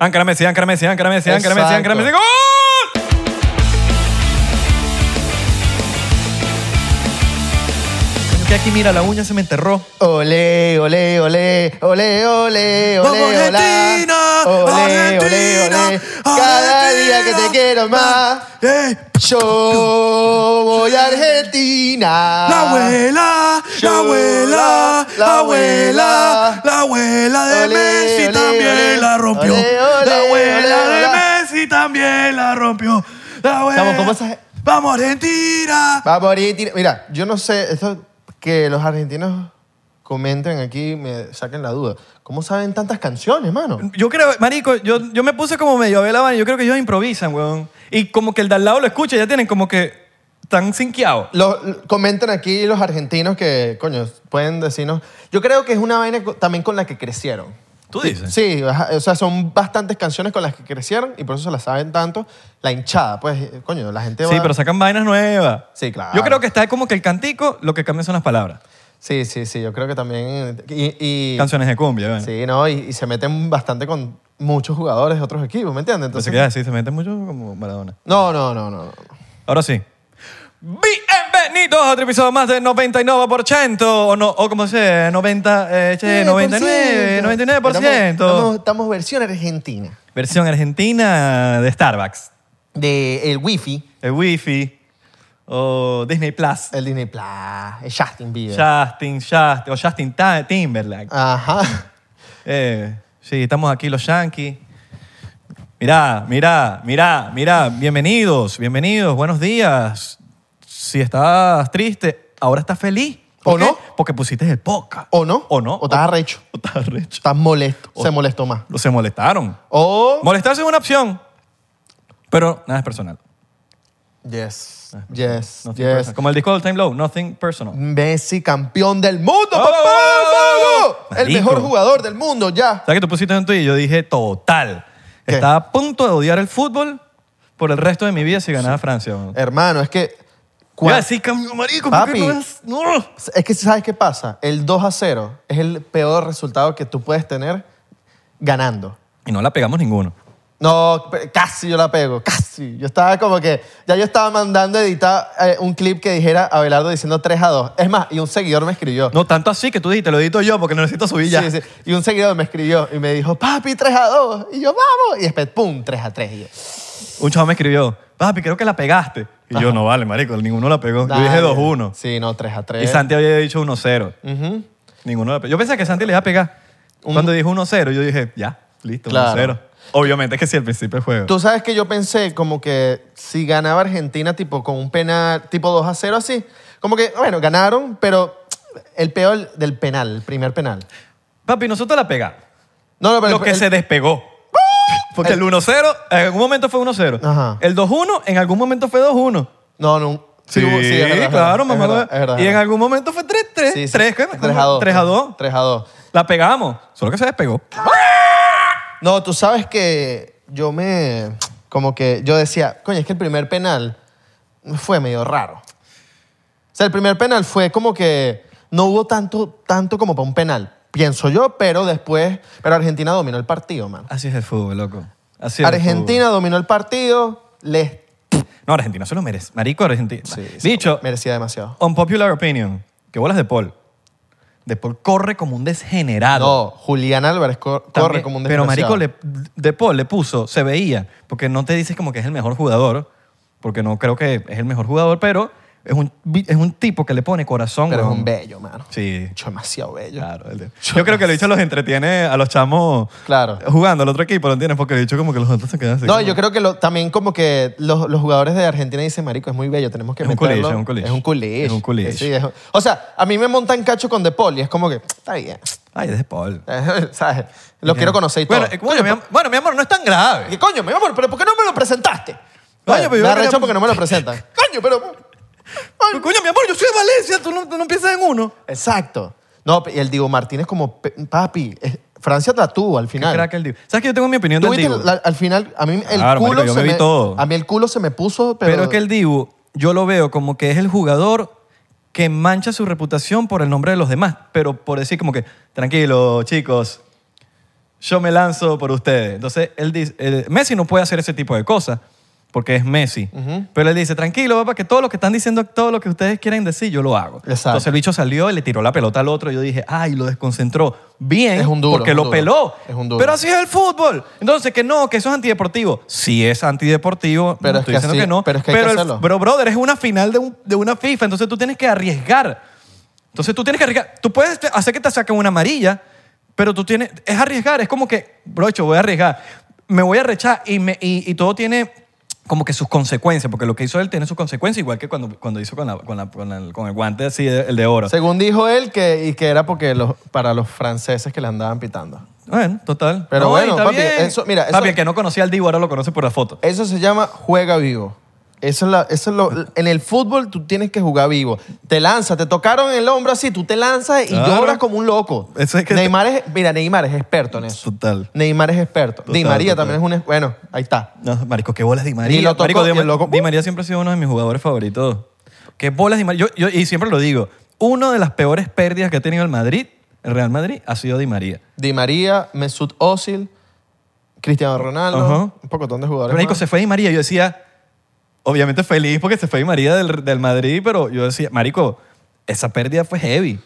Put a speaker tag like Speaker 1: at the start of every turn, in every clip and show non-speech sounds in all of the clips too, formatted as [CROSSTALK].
Speaker 1: Áncrame, Messi, áncrame, Messi, áncrame, Messi, áncrame, Messi, áncrame, Messi.
Speaker 2: Exacto.
Speaker 1: ¡Gol! Coño, que aquí, mira, la uña se me enterró.
Speaker 2: Olé, olé, olé, olé, olé, olé,
Speaker 3: ¡Vamos,
Speaker 2: olá.
Speaker 3: Argentina!
Speaker 2: olé, olé,
Speaker 3: ¡Argentina!
Speaker 2: olé. Cada
Speaker 3: ¡Argentina!
Speaker 2: día que te quiero más,
Speaker 1: Eh,
Speaker 3: ¡Ey!
Speaker 2: yo voy a Argentina.
Speaker 3: La abuela, la abuela, la abuela, la abuela de
Speaker 2: Olé,
Speaker 3: Messi
Speaker 2: olé,
Speaker 3: también
Speaker 2: olé.
Speaker 3: la rompió.
Speaker 2: Olé, olé,
Speaker 3: La
Speaker 2: olé, olé.
Speaker 3: abuela de Messi también la rompió. La abuela.
Speaker 2: Chamo, ¿cómo se-
Speaker 3: Vamos, Argentina.
Speaker 2: Va por Argentina. Mira, yo no sé, esto que los argentinos comenten aquí me saquen la duda. ¿Cómo saben tantas canciones, mano?
Speaker 1: Yo creo, marico, yo, yo me puse como medio a ver la vaina. Yo creo que ellos improvisan, weón. Y como que el de al lado lo escucha, ya tienen como que tan cinqueados.
Speaker 2: Los, comenten aquí los argentinos que, coño, pueden decirnos. Yo creo que es una vaina co- también con la que crecieron.
Speaker 1: ¿Tú dices?
Speaker 2: Sí, ajá, o sea, son bastantes canciones con las que crecieron y por eso se las saben tanto. La hinchada, pues, eh, coño, la gente
Speaker 1: Sí,
Speaker 2: va-
Speaker 1: pero sacan vainas nuevas.
Speaker 2: Sí, claro.
Speaker 1: Yo creo que está como que el cantico, lo que cambia son las palabras.
Speaker 2: Sí, sí, sí, yo creo que también... Y, y-
Speaker 1: Canciones de cumbia, bueno.
Speaker 2: Sí, ¿no? Y, y se meten bastante con muchos jugadores de otros equipos, ¿me entiendes?
Speaker 1: Entonces,
Speaker 2: Entonces,
Speaker 1: ¿qué así? Se mete mucho como Maradona.
Speaker 2: no, no, no, no. no.
Speaker 1: Ahora sí. Bienvenidos a otro episodio más de 99%, o, no, o como se dice, 90, eh, che, 99, 99%.
Speaker 2: Estamos, estamos versión argentina
Speaker 1: Versión argentina de Starbucks,
Speaker 2: de el Wi-Fi,
Speaker 1: el Wi-Fi, o Disney Plus,
Speaker 2: el Disney Plus, el Justin
Speaker 1: Eh,
Speaker 2: Bieber.
Speaker 1: Justin, Justin, o Justin Ta- Timberlake.
Speaker 2: Ajá.
Speaker 1: Eh, sí, estamos aquí los Yankees. Mirá, mirá, mirá, mirá. Bienvenidos, bienvenidos, buenos días. Si estabas triste, ahora estás feliz. ¿Por
Speaker 2: ¿O
Speaker 1: qué?
Speaker 2: no?
Speaker 1: Porque pusiste el poca.
Speaker 2: ¿O no?
Speaker 1: O no.
Speaker 2: O estás arrecho.
Speaker 1: [LAUGHS] O estás arrecho.
Speaker 2: Estás molesto. Se molestó más.
Speaker 1: Se molestaron.
Speaker 2: O...
Speaker 1: Molestarse es una opción, pero nada es personal.
Speaker 2: Yes,
Speaker 1: Ah,
Speaker 2: yes,
Speaker 1: Nothing
Speaker 2: yes.
Speaker 1: personal. Como el disco del Time Low, Nothing Personal.
Speaker 2: Messi, campeón del mundo,
Speaker 1: ¡Oh!
Speaker 2: papá, hermano. El
Speaker 1: Marico.
Speaker 2: mejor jugador del mundo, ya.
Speaker 1: ¿Sabes que tú pusiste en tu y yo dije, total.
Speaker 2: ¿Qué?
Speaker 1: Estaba a punto de odiar el fútbol por el resto de mi vida si ganaba Francia. weón.
Speaker 2: Hermano, es que.
Speaker 1: Yo
Speaker 2: cua-
Speaker 1: iba a decir, "Cambio, marico, ¿por qué
Speaker 2: Papi.
Speaker 1: no es? No.
Speaker 2: Es que ¿sabes qué pasa? El 2 a 0 es el peor resultado que tú puedes tener ganando.
Speaker 1: Y no la pegamos ninguno.
Speaker 2: No, pe- casi yo la pego, casi. Yo estaba como que. Ya yo estaba mandando editar eh, un clip que dijera Abelardo diciendo 3 a 2. Es más, y un seguidor me escribió.
Speaker 1: No, tanto así que tú dijiste, lo edito yo porque no necesito subir ya.
Speaker 2: Sí, sí. Y un seguidor me escribió y me dijo, papi, 3 a 2. Y yo, vamos. Y después, pum, 3 a 3. Y yo,
Speaker 1: Un chavo me escribió, papi, creo que la pegaste. Y yo, no vale, marico, ninguno la pegó. Yo dije
Speaker 2: dale.
Speaker 1: 2-1.
Speaker 2: Sí, no, 3 a 3.
Speaker 1: Y Santi había dicho 1-0.
Speaker 2: Ujú.
Speaker 1: Ninguno la pegó. Yo pensé que Santi le iba a pegar. Cuando dijo 1-0, yo dije, ya, listo,
Speaker 2: Claro.
Speaker 1: 1-0. Obviamente es que sí, al principio del juego.
Speaker 2: Tú sabes que yo pensé como que si ganaba Argentina tipo con un penal, tipo 2 a 0 así, como que, bueno, ganaron, pero el peor del penal, el primer penal.
Speaker 1: Papi, nosotros la pegamos.
Speaker 2: No, no, pero
Speaker 1: Lo
Speaker 2: el-
Speaker 1: que
Speaker 2: el-
Speaker 1: se despegó. Porque el 1-0 en algún momento fue 1-0.
Speaker 2: Ajá.
Speaker 1: El 2-1 en algún momento fue 2-1.
Speaker 2: No, no.
Speaker 1: Sí,
Speaker 2: hubo- es verdad, es verdad,
Speaker 1: claro,
Speaker 2: es
Speaker 1: mamá.
Speaker 2: verdad, es verdad,
Speaker 1: y en
Speaker 2: es verdad.
Speaker 1: algún momento fue 3-3.
Speaker 2: Sí, sí.
Speaker 1: 3,
Speaker 2: Tres a 2.
Speaker 1: 3 a 2.
Speaker 2: 3 a 2.
Speaker 1: La pegamos. Solo que se despegó.
Speaker 2: No, tú sabes que yo me. Como que yo decía, coño, es que el primer penal fue medio raro. O sea, el primer penal fue como que no hubo tanto, tanto como para un penal, pienso yo, pero después. Pero Argentina dominó el partido, man.
Speaker 1: Así es el fútbol, loco. Así es el
Speaker 2: Argentina dominó el partido, les
Speaker 1: fútbol. No, Argentina se lo merece. Marico, Argentina. Dicho,
Speaker 2: merecía demasiado.
Speaker 1: unpopular opinion. Que bolas de Paul. De Paul corre como un desgenerado.
Speaker 2: No, Julián Álvarez cor- corre
Speaker 1: También,
Speaker 2: como un
Speaker 1: Pero
Speaker 2: desgraciado.
Speaker 1: Marico le, De Paul le puso, se veía, porque no te dices como que es el mejor jugador, porque no creo que es el mejor jugador, pero es un, vi- es un tipo que le pone corazón.
Speaker 2: Pero es
Speaker 1: weón.
Speaker 2: un bello, mano.
Speaker 1: Sí.
Speaker 2: Mucho demasiado bello.
Speaker 1: Claro.
Speaker 2: [LAUGHS]
Speaker 1: el de- Yo creo que el bicho los entretiene a los chamos
Speaker 2: Claro.
Speaker 1: jugando al otro equipo, ¿lo entiendes? Porque el bicho como que los otros se quedan así.
Speaker 2: No,
Speaker 1: como-
Speaker 2: yo creo que lo- también como que los, los jugadores de Argentina dicen, marico, es muy bello, tenemos que
Speaker 1: Es un
Speaker 2: meterlo.
Speaker 1: culish, es un culish.
Speaker 2: Es un culish.
Speaker 1: Es un culish.
Speaker 2: Sí, es un- o sea, a mí me montan cacho con De Paul y es como que, está bien, [LAUGHS]
Speaker 1: Ay, es de Paul.
Speaker 2: ¿sabes? Lo quiero conocer y todo.
Speaker 1: Bueno, eh, coño, mi am- bueno, mi amor, no es tan grave.
Speaker 2: ¿Qué coño, mi amor? ¿Pero por qué no me lo presentaste? Coño,
Speaker 1: pero yo
Speaker 2: me
Speaker 1: quería-
Speaker 2: arrecho porque no me lo presentan.
Speaker 1: [LAUGHS]
Speaker 2: coño, pero... Ay,
Speaker 1: Coño, mi amor, yo soy de Valencia, tú no, tú no piensas en uno.
Speaker 2: Exacto. No, y el Diego Martínez como, pe- papi, eh, Francia la tuvo al
Speaker 1: Qué
Speaker 2: final.
Speaker 1: crack el Dibu. ¿Sabes que yo tengo mi opinión
Speaker 2: ¿Tú
Speaker 1: del
Speaker 2: viste
Speaker 1: Dibu?
Speaker 2: la- al final, a mí el
Speaker 1: Claro,
Speaker 2: culo
Speaker 1: marico, yo
Speaker 2: se
Speaker 1: me vi
Speaker 2: me-
Speaker 1: todo.
Speaker 2: A mí el culo se me puso, pero...
Speaker 1: Pero es que el Dibu, yo lo veo como que es el jugador que mancha su reputación por el nombre de los demás, pero por decir como que, tranquilo, chicos, yo me lanzo por ustedes. Entonces, él dice, eh, Messi no puede hacer ese tipo de cosas porque es Messi. Pero él dice, tranquilo, papá, que todo lo que están diciendo, todo lo que ustedes quieren decir, yo lo hago.
Speaker 2: Exacto.
Speaker 1: Entonces el bicho salió y le tiró la pelota al otro. Y yo dije, ay, lo desconcentró. Bien,
Speaker 2: Es un duro,
Speaker 1: porque
Speaker 2: es
Speaker 1: lo
Speaker 2: un
Speaker 1: peló.
Speaker 2: duro, es un duro.
Speaker 1: Pero así es el fútbol. Entonces, que no, que eso es antideportivo. Sí es antideportivo,
Speaker 2: Pero
Speaker 1: no
Speaker 2: es
Speaker 1: estoy
Speaker 2: que
Speaker 1: diciendo
Speaker 2: así-
Speaker 1: que no.
Speaker 2: pero es que hay que
Speaker 1: el-
Speaker 2: hacerlo.
Speaker 1: pero, brother, es una final de, un- de una FIFA, entonces tú tienes que arriesgar. Entonces tú tienes que arriesgar. Tú puedes te- hacer que te saquen una amarilla, pero tú tienes... Es arriesgar, es como que, brocho, voy a arriesgar. Me voy a rechar y, me, y, y todo tiene como que sus consecuencias, porque lo que hizo él tiene sus consecuencias, igual que cuando, cuando hizo con, la- con la- con el, con el guante así, de- el de [LAUGHS] oro.
Speaker 2: Según dijo él, que, y que era porque los, para los franceses que le andaban pitando.
Speaker 1: Bueno, total.
Speaker 2: Pero bueno,
Speaker 1: y está
Speaker 2: papi,
Speaker 1: bien.
Speaker 2: eso- mira, eso-
Speaker 1: Papi, el que no conocía al Divo ahora lo conoce por la foto.
Speaker 2: Eso se llama juega vivo. Eso es la- eso es lo, en el fútbol tú tienes que jugar vivo. Te lanzas, te tocaron el hombro así, tú te lanzas y
Speaker 1: Claro.
Speaker 2: lloras como un loco.
Speaker 1: Eso es que-
Speaker 2: Neymar es, mira, Neymar es experto en eso.
Speaker 1: Total.
Speaker 2: Neymar es experto.
Speaker 1: Total,
Speaker 2: Di María
Speaker 1: total.
Speaker 2: también es un... ex- Bueno, ahí está.
Speaker 1: No, marico, qué bolas Di María.
Speaker 2: Y lo tocó,
Speaker 1: Marico, Di,
Speaker 2: y el loco,
Speaker 1: Di María siempre ha sido uno de mis jugadores favoritos. Qué bolas Di María. Yo, yo- y siempre lo digo, una de las peores pérdidas que ha tenido el Madrid, el Real Madrid, ha sido Di María.
Speaker 2: Di María, Mesut Özil, Cristiano Ronaldo,
Speaker 1: Ajá.
Speaker 2: un pocotón de jugadores.
Speaker 1: Marico,
Speaker 2: más.
Speaker 1: se fue Di María. Yo decía, obviamente feliz porque se fue Di María del, del Madrid, pero yo decía, marico, esa pérdida fue heavy.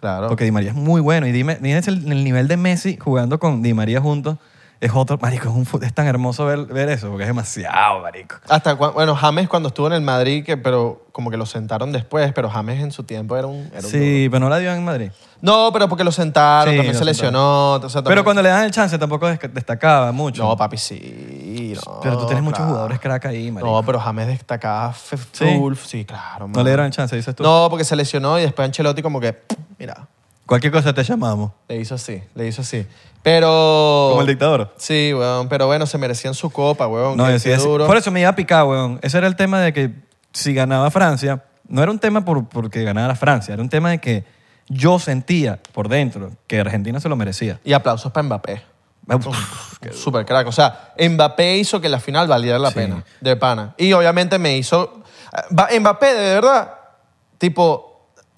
Speaker 2: Claro.
Speaker 1: Porque Di María es muy bueno. Y dime, dime si el, el nivel de Messi jugando con Di María juntos. Es otro, marico, es, un fu- es tan hermoso ver, ver eso, porque es demasiado, marico.
Speaker 2: Hasta cuan- bueno, James cuando estuvo en el Madrid, que, pero como que lo sentaron después, pero James en su tiempo era un... era un duro.
Speaker 1: Sí, pero no la dio en Madrid.
Speaker 2: No, pero porque lo sentaron,
Speaker 1: Sí,
Speaker 2: también
Speaker 1: lo
Speaker 2: se lesionó. o
Speaker 1: Pero
Speaker 2: sea, también-
Speaker 1: cuando le dan el chance tampoco desca- destacaba mucho.
Speaker 2: No, papi, sí. no,
Speaker 1: pero tú tienes muchos
Speaker 2: claro.
Speaker 1: jugadores crack ahí, marico.
Speaker 2: No, pero James destacaba fe-
Speaker 1: Sí.
Speaker 2: full. Sí, claro.
Speaker 1: No,
Speaker 2: man.
Speaker 1: le dieron el chance, dices tú.
Speaker 2: No, porque se lesionó y después Ancelotti como que, mira,
Speaker 1: Cualquier cosa te llamamos.
Speaker 2: le hizo así, le hizo así. Pero...
Speaker 1: Como el dictador.
Speaker 2: Sí, weón, pero bueno, se merecían su copa, weón.
Speaker 1: No,
Speaker 2: qué-
Speaker 1: yo
Speaker 2: qué
Speaker 1: sí- sí.
Speaker 2: duro.
Speaker 1: Por eso me iba a picar, weón. Ese era el tema de que si ganaba Francia, no era un tema por, porque ganara Francia, era un tema de que yo sentía por dentro que Argentina se lo merecía.
Speaker 2: Y aplausos para Mbappé.
Speaker 1: Uf,
Speaker 2: Un Super crack. O sea, Mbappé hizo que la final valiera la
Speaker 1: Sí.
Speaker 2: pena. De pana. Y obviamente me hizo. eh, Va- Mbappé, de verdad, tipo.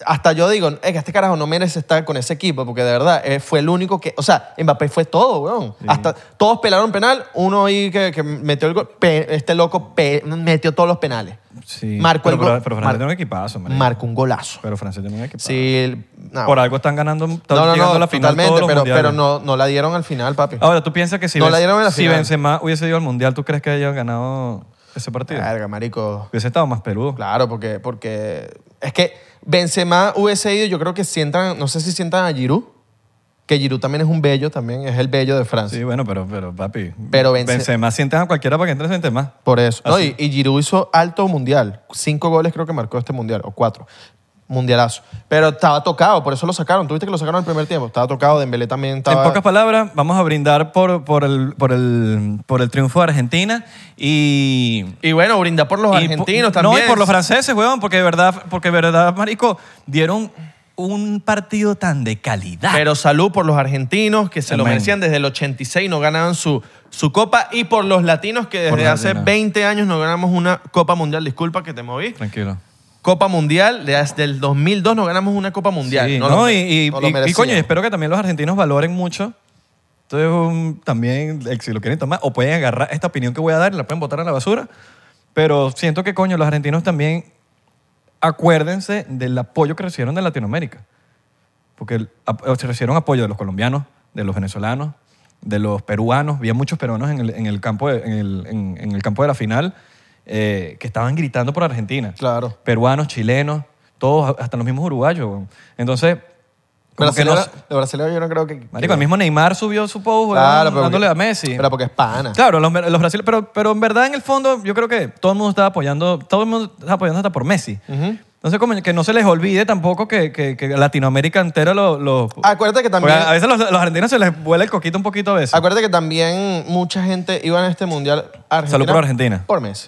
Speaker 2: Hasta yo digo, es que este carajo no merece estar con ese equipo, porque de verdad eh, fue el único que. O sea, Mbappé fue todo, weón. Hasta todos pelaron penal, uno ahí que, que metió el gol. pe- este loco pe- metió todos los penales.
Speaker 1: sí.
Speaker 2: Marcó
Speaker 1: pero,
Speaker 2: el gol.
Speaker 1: pero, pero Francia
Speaker 2: Mar-
Speaker 1: tiene un equipazo, marico.
Speaker 2: Marcó un golazo.
Speaker 1: Pero Francia tiene un equipazo.
Speaker 2: Sí, el- no.
Speaker 1: Por algo están ganando, están
Speaker 2: no, no,
Speaker 1: llegando
Speaker 2: no,
Speaker 1: a la final
Speaker 2: totalmente,
Speaker 1: todos los
Speaker 2: pero,
Speaker 1: mundiales. Ah,
Speaker 2: pero no, no la dieron al final, papi.
Speaker 1: Ahora, ¿tú piensas que si,
Speaker 2: No,
Speaker 1: Ben-
Speaker 2: la dieron en la
Speaker 1: si
Speaker 2: final.
Speaker 1: Benzema hubiese ido al Mundial, ¿tú crees que ellos ganado ese partido?
Speaker 2: Verga, marico.
Speaker 1: Hubiese estado más peludo.
Speaker 2: Claro, porque, porque es que Benzema hubiese ido, yo creo que sientan, no sé si sientan a Giroud, que Giroud también es un bello, también es el bello de Francia.
Speaker 1: Sí, bueno, pero, pero papi.
Speaker 2: Pero Benze-
Speaker 1: Benzema sienten a cualquiera para que entre Benzema.
Speaker 2: Por eso. No,
Speaker 1: Así.
Speaker 2: y, y Giroud hizo alto mundial. Cinco goles creo que marcó este mundial, o cuatro. Mundialazo. Pero estaba tocado, por eso lo sacaron. ¿Tuviste que lo sacaron al primer tiempo? Estaba tocado, Dembélé también estaba...
Speaker 1: En pocas palabras, vamos a brindar por, por, el, por, el, por el triunfo de Argentina y...
Speaker 2: y bueno, brinda por los
Speaker 1: y
Speaker 2: argentinos
Speaker 1: po-
Speaker 2: también.
Speaker 1: No, y por los franceses, weón, porque de verdad, porque de verdad, marico, dieron un partido tan de [LAUGHS] calidad.
Speaker 2: Pero salud por los argentinos que se lo
Speaker 1: Amén.
Speaker 2: merecían desde el 86 no ganaban su, su copa y por los latinos que
Speaker 1: Por
Speaker 2: desde
Speaker 1: los
Speaker 2: hace
Speaker 1: latinos.
Speaker 2: 20 años no ganamos una copa mundial. Disculpa que te moví.
Speaker 1: Tranquilo.
Speaker 2: Copa mundial, desde el 2002 no ganamos una copa mundial.
Speaker 1: Sí,
Speaker 2: no
Speaker 1: no,
Speaker 2: lo-
Speaker 1: y, y-
Speaker 2: no lo
Speaker 1: y- y
Speaker 2: merecíamos.
Speaker 1: coño, y espero que también los argentinos valoren mucho. Entonces, um, también, eh, si lo quieren tomar, o pueden agarrar esta opinión que voy a dar y la pueden botar a la basura. Pero siento que, coño, los argentinos también acuérdense del apoyo que recibieron de Latinoamérica. Porque el- ap- o sea, recibieron apoyo de los colombianos, de los venezolanos, de los peruanos. Había muchos peruanos en el, en el campo, de, en, el, en- en el campo de la final eh, que estaban gritando por Argentina.
Speaker 2: Claro.
Speaker 1: Peruanos, chilenos, todos, hasta los mismos uruguayos. weón. Entonces, como que no-
Speaker 2: Brasileño- Los brasileños yo no creo que...
Speaker 1: marico, el mismo Neymar subió su post, weón,
Speaker 2: Claro, pero
Speaker 1: dándole
Speaker 2: porque-
Speaker 1: a Messi.
Speaker 2: Pero porque es pana.
Speaker 1: Claro, los, los brasileños, pero, pero en verdad en el fondo yo creo que todo el mundo estaba apoyando, todo el mundo estaba apoyando hasta por Messi.
Speaker 2: Ujú.
Speaker 1: Entonces, como que no se les olvide tampoco que, que- que Latinoamérica entera lo... lo-
Speaker 2: Acuérdate Ah, que también...
Speaker 1: Porque a veces los, los argentinos se les vuela el coquito un poquito a veces.
Speaker 2: Acuérdate que también mucha gente iba a este mundial a Argentina.
Speaker 1: Salud por Argentina.
Speaker 2: Por Messi.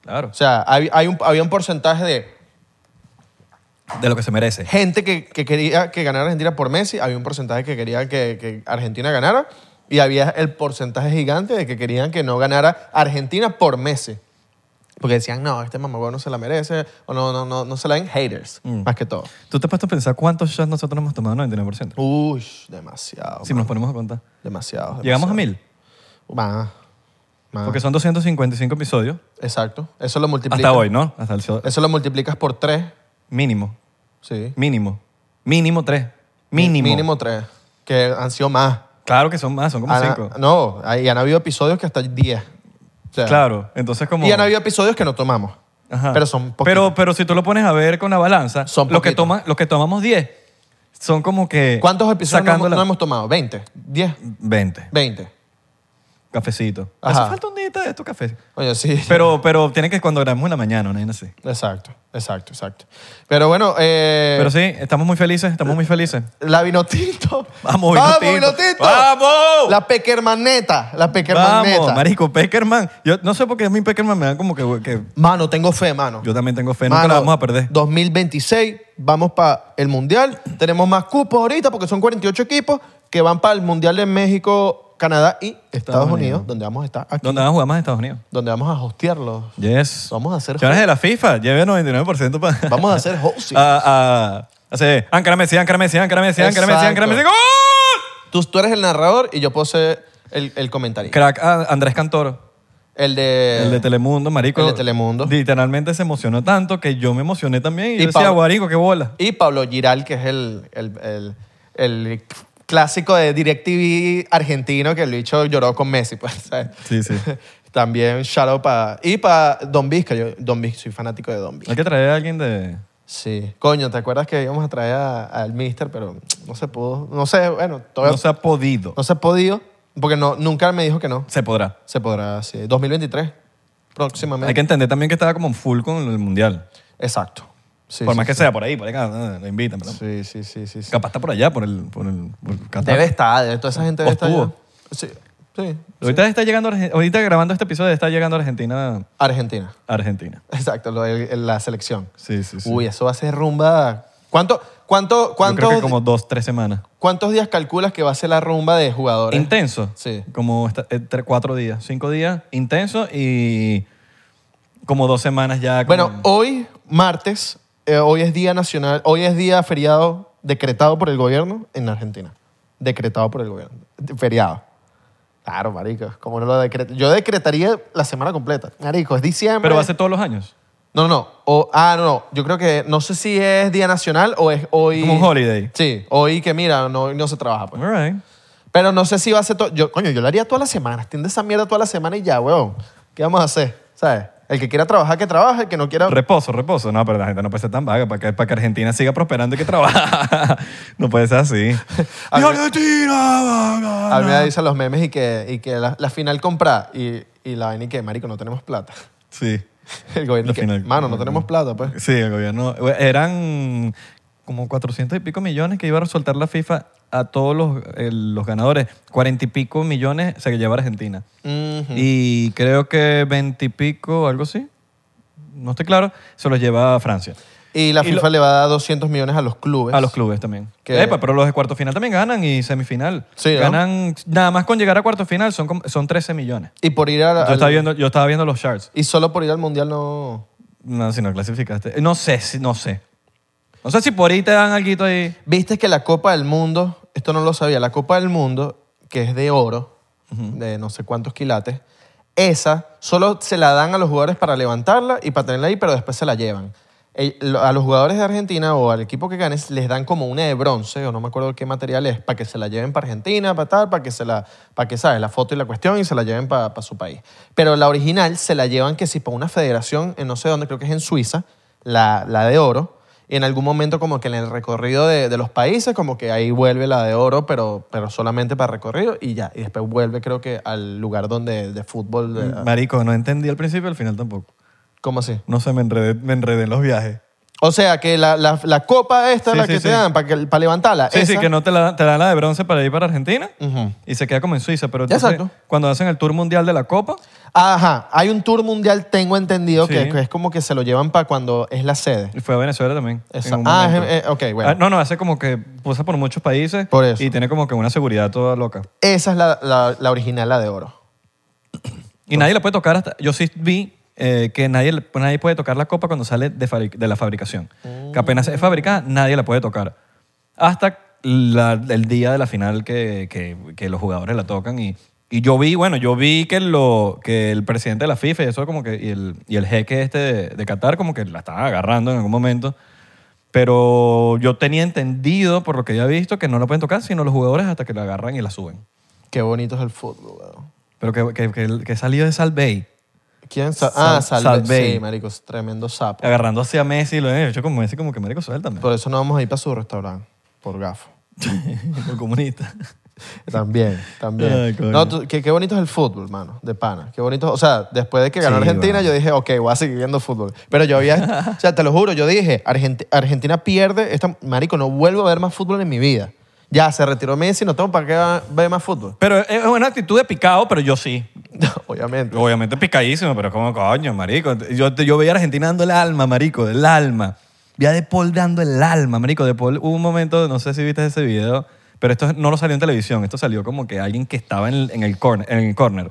Speaker 1: Claro,
Speaker 2: O sea, hay, hay un, había un porcentaje de
Speaker 1: de lo que se merece.
Speaker 2: gente que, que quería que ganara Argentina por Messi, había un porcentaje que quería que, que Argentina ganara y había el porcentaje gigante de que querían que no ganara Argentina por Messi. Porque decían, no, este mamagüey no se la merece, o no, no, no, no se la den haters,
Speaker 1: Mm.
Speaker 2: más que todo.
Speaker 1: ¿Tú te has puesto a pensar cuántos shots nosotros nos hemos tomado? 99%.
Speaker 2: Uy, demasiado.
Speaker 1: si nos ponemos a contar.
Speaker 2: Demasiado.
Speaker 1: Llegamos a
Speaker 2: demasiado.
Speaker 1: mil.
Speaker 2: Más. más.
Speaker 1: Porque son 255 episodios.
Speaker 2: Exacto. Eso lo multiplicas.
Speaker 1: Hasta hoy, ¿no? Hasta el show.
Speaker 2: Eso lo multiplicas por tres.
Speaker 1: Mínimo.
Speaker 2: Sí.
Speaker 1: Mínimo. Mínimo tres. Mínimo.
Speaker 2: Mínimo tres. Que han sido más.
Speaker 1: Claro que son más, son como
Speaker 2: Han-
Speaker 1: cinco.
Speaker 2: No, y han habido episodios que hasta diez. O sea,
Speaker 1: Claro, entonces como...
Speaker 2: Y han habido episodios que no tomamos.
Speaker 1: Ajá.
Speaker 2: Pero son poquitos.
Speaker 1: pero, pero si tú lo pones a ver con la balanza,
Speaker 2: Son
Speaker 1: los, que
Speaker 2: poquitos.
Speaker 1: toman, los que tomamos 10 son como que...
Speaker 2: ¿Cuántos episodios no
Speaker 1: sacando
Speaker 2: hemos,
Speaker 1: la-
Speaker 2: no hemos tomado? ¿20?
Speaker 1: Mm.
Speaker 2: ¿10?
Speaker 1: 20.
Speaker 2: ¿20?
Speaker 1: Cafecito.
Speaker 2: Ajá.
Speaker 1: Hace falta un día de estos cafés.
Speaker 2: Oye, sí.
Speaker 1: Pero, pero tiene que cuando grabemos en la mañana, una vaina así.
Speaker 2: Eh. Exacto, exacto, exacto. Pero bueno, eh,
Speaker 1: Pero sí, estamos muy felices, estamos muy felices.
Speaker 2: la Vinotinto.
Speaker 1: [LAUGHS] Vamos, vino tinto.
Speaker 2: Vinotinto.
Speaker 1: ¡Vamos!
Speaker 2: La Pequermaneta, la Pequermaneta.
Speaker 1: Vamos, marico, Peckerman. Yo no sé por qué a mí Peckerman me da como que, que
Speaker 2: Mano, tengo fe, mano.
Speaker 1: yo también tengo fe, nunca la
Speaker 2: Mano,
Speaker 1: vamos a perder.
Speaker 2: 2026, vamos para el Mundial. Tenemos más cupos ahorita porque son 48 equipos que van para el Mundial de México, Canadá y Estados, Unidos,
Speaker 1: Unidos.
Speaker 2: donde vamos a estar aquí,
Speaker 1: ¿Dónde van a jugar más en Estados Unidos?
Speaker 2: donde vamos
Speaker 1: [LAUGHS]
Speaker 2: a hostearlos.
Speaker 1: Yes.
Speaker 2: Vamos a hacer
Speaker 1: Señores de la FIFA, lleve 99% para... [LAUGHS]
Speaker 2: Vamos a hacer hosting.
Speaker 1: Ah. a, a, hacer Ankara Messi, Ankara Messi, Ankara Messi, Ankara Messi, Ankara Messi,
Speaker 2: Exacto.
Speaker 1: ¡Gol!
Speaker 2: Tú, tú eres el narrador y yo puedo ser el, el comentarista.
Speaker 1: Crack a- Andrés Cantor,
Speaker 2: El de...
Speaker 1: el de Telemundo, marico.
Speaker 2: Eh, el de Telemundo.
Speaker 1: Literalmente se emocionó tanto que yo me emocioné también. Y, yo
Speaker 2: Y
Speaker 1: decía,
Speaker 2: Pablo-
Speaker 1: guarico, qué bola.
Speaker 2: Y Pablo Giral, que es el, el, el- el clásico de DirecTV argentino que el bicho lloró con Messi, pues, [LAUGHS] ¿sabes?
Speaker 1: Sí, sí.
Speaker 2: [LAUGHS] También shout out para... Y para Don Vizca. Yo Don Vizca, soy fanático de Don Vizca.
Speaker 1: Hay que traer a alguien de...
Speaker 2: Sí. Coño, ¿te acuerdas que íbamos a traer a- al Mister, pero no se pudo? No sé, bueno, todavía
Speaker 1: No
Speaker 2: no se,
Speaker 1: se ha podido.
Speaker 2: ha podido porque no, nunca me dijo que no.
Speaker 1: Se podrá.
Speaker 2: Se podrá, sí. 2023, próximamente.
Speaker 1: Hay que entender también que estaba como full con el mundial.
Speaker 2: Exacto. Sí,
Speaker 1: por
Speaker 2: sí,
Speaker 1: más que
Speaker 2: sí.
Speaker 1: sea por ahí, por acá, eh, lo invitan. pero
Speaker 2: Sí, sí, sí, sí. sí.
Speaker 1: Capaz está por allá, por el, por el por Qatar.
Speaker 2: Debe estar, debe- toda esa gente debe
Speaker 1: O
Speaker 2: estar.
Speaker 1: estuvo.
Speaker 2: allá. Sí, sí.
Speaker 1: Ahorita está llegando, a Arge- ahorita grabando este episodio está llegando Argentina,
Speaker 2: Argentina. [LAUGHS]
Speaker 1: Argentina.
Speaker 2: Exacto, lo de- la selección.
Speaker 1: Sí, sí, sí.
Speaker 2: Uy, eso va a ser rumba. ¿Cuánto, cuánto,
Speaker 1: Yo
Speaker 2: cuánto,
Speaker 1: creo que como dos, tres semanas.
Speaker 2: ¿Cuántos días calculas que va a ser la rumba de jugadores?
Speaker 1: Intenso.
Speaker 2: Sí.
Speaker 1: Como esta- eh, tre- cuatro días, cinco días, intenso y como dos semanas ya. como-
Speaker 2: Bueno, hoy, martes, eh, hoy es día nacional, hoy es día feriado decretado por el gobierno en Argentina. Decretado por el gobierno. Feriado. Claro, marico, como no lo decreto. Yo decretaría la semana completa. Marico, es diciembre.
Speaker 1: pero va a ser todos los años.
Speaker 2: No, no, no. O- ah, no, no. Yo creo que no sé si es día nacional o es hoy.
Speaker 1: Como un holiday.
Speaker 2: Sí, hoy que mira, no, no se trabaja. Pues.
Speaker 1: All right.
Speaker 2: Pero no sé si va a ser todo. Yo, coño, yo lo haría toda la semana. Extiende esa mierda toda la semana y ya, weón. ¿Qué vamos a hacer? ¿Sabes? El que quiera trabajar, que trabaje. El que no quiera.
Speaker 1: Reposo, reposo. No, pero la gente no puede ser tan vaga para que, para que Argentina siga prosperando y que trabaja. [LAUGHS] no puede ser así.
Speaker 2: A mí,
Speaker 3: Y Argentina va a ganar.
Speaker 2: a mí me dicen los memes y que, y que la, la final comprar y, y la vaina y que, marico, no tenemos plata. [LAUGHS]
Speaker 1: Sí.
Speaker 2: El gobierno.
Speaker 1: La
Speaker 2: y que,
Speaker 1: final.
Speaker 2: Mano, no tenemos plata, pues.
Speaker 1: Sí, el gobierno. Eran como 400 y pico millones que iba a soltar la FIFA a todos los, eh, los ganadores. 40 y pico millones se lleva Argentina.
Speaker 2: Ujú.
Speaker 1: Y creo que 20 y pico, algo así. No estoy claro. Se los lleva a Francia.
Speaker 2: Y la
Speaker 1: Y lo-
Speaker 2: FIFA le va a dar 200 millones a los clubes.
Speaker 1: A los clubes también.
Speaker 2: Pues, Que-
Speaker 1: Epa, pero los de cuarto final también ganan y semifinal.
Speaker 2: Sí, ¿no?
Speaker 1: Ganan, nada más con llegar a cuarto final son, como- son 13 millones.
Speaker 2: Y por ir a.
Speaker 1: Yo
Speaker 2: al-
Speaker 1: estaba viendo, yo estaba viendo los charts.
Speaker 2: Y solo por ir al mundial no.
Speaker 1: No, si no clasificaste. No sé, si- no sé. No sé si por ahí te dan algo ahí.
Speaker 2: Viste que la Copa del Mundo, esto no lo sabía, la Copa del Mundo, que es de oro, de no sé cuántos quilates, esa solo se la dan a los jugadores para levantarla y para tenerla ahí, pero después se la llevan. El- lo- A los jugadores de Argentina o al equipo que ganes les dan como una de bronce, o no me acuerdo qué material es, para que se la lleven para Argentina, para tal, para que se la, para que sabes, la foto y la cuestión y se la lleven para, para su país. Pero la original se la llevan que si para una federación en no sé dónde, creo que es en Suiza, la, la de oro, y en algún momento como que en el recorrido de, de los países, como que ahí vuelve la de oro, pero, pero solamente para recorrido y ya. Y después vuelve creo que al lugar donde de fútbol...
Speaker 1: Mm,
Speaker 2: de-
Speaker 1: Marico, no entendí al principio al final tampoco.
Speaker 2: ¿Cómo así?
Speaker 1: No sé, me enredé, me enredé en los viajes.
Speaker 2: O sea, que la, la- la copa esta,
Speaker 1: Sí,
Speaker 2: la
Speaker 1: sí,
Speaker 2: que
Speaker 1: sí.
Speaker 2: te dan para, que, para levantarla.
Speaker 1: Sí, sí,
Speaker 2: Ah, esa- Mm.
Speaker 1: que no te la, te dan la de bronce para ir para Argentina
Speaker 2: Ujú.
Speaker 1: y se queda como en Suiza. Pero entonces,
Speaker 2: Exacto.
Speaker 1: cuando hacen el tour mundial de la Copa,
Speaker 2: Ajá, hay un tour mundial, tengo entendido,
Speaker 1: Sí.
Speaker 2: que, que es como que se lo llevan para cuando es la sede.
Speaker 1: y fue a Venezuela también. en
Speaker 2: Esa-
Speaker 1: un
Speaker 2: ah,
Speaker 1: momento.
Speaker 2: es- eh, ok, bueno.
Speaker 1: Ah, no, no, hace como que pasa por muchos países
Speaker 2: Por eso.
Speaker 1: y tiene como que una seguridad toda loca.
Speaker 2: Esa es la, la- la original, la de oro.
Speaker 1: Y nadie la puede tocar hasta... Yo sí vi eh, que nadie, nadie puede tocar la copa cuando sale de, fabric- de la fabricación. Que apenas es fabricada, nadie la puede tocar. Hasta la- el día de la final que, que- que los jugadores la tocan. Y, y yo vi, bueno, yo vi que, lo, que el presidente de la FIFA y, eso como que, y, el, y el jeque este de, de Qatar como que la estaba agarrando en algún momento. Pero yo tenía entendido, por lo que ya he visto, que no la pueden tocar sino los jugadores hasta que la agarran y la suben.
Speaker 2: Qué bonito es el fútbol, weón.
Speaker 1: Pero que, que, que, que salió de Salvey
Speaker 2: ¿Quién? Sa- ah,
Speaker 1: Sal-
Speaker 2: Salve.
Speaker 1: Salve.
Speaker 2: Sí, marico, es tremendo sapo.
Speaker 1: agarrando hacia Messi y lo he hecho como Messi, como que marico, suéltame.
Speaker 2: Por eso no vamos a ir para su restaurante, por gafo.
Speaker 1: [LAUGHS] Por comunista.
Speaker 2: También, también.
Speaker 1: Ay, coño.
Speaker 2: no, tú- qué, qué bonito es el fútbol, mano, de pana. Qué bonito. O sea, después de que ganó
Speaker 1: Sí,
Speaker 2: Argentina,
Speaker 1: bueno.
Speaker 2: yo dije, ok, voy a seguir viendo fútbol. Pero yo
Speaker 1: [LAUGHS]
Speaker 2: había, o sea, te lo juro, yo dije, "Argenti- Argentina pierde, esta, marico, no vuelvo a ver más fútbol en mi vida. Ya, se retiró Messi, no tengo para qué va- ver más fútbol. [LAUGHS]
Speaker 1: Pero es una actitud de picado, pero yo sí.
Speaker 2: Obviamente.
Speaker 1: Obviamente picadísimo, pero como coño, marico. Yo, yo veía a Argentina dando el alma, marico, el alma. Vi a De Paul dando el alma, marico. De Paul, hubo un momento, no sé si viste ese video, pero esto no lo salió en televisión. Esto salió como que alguien que estaba en el, en el, corner, en el corner.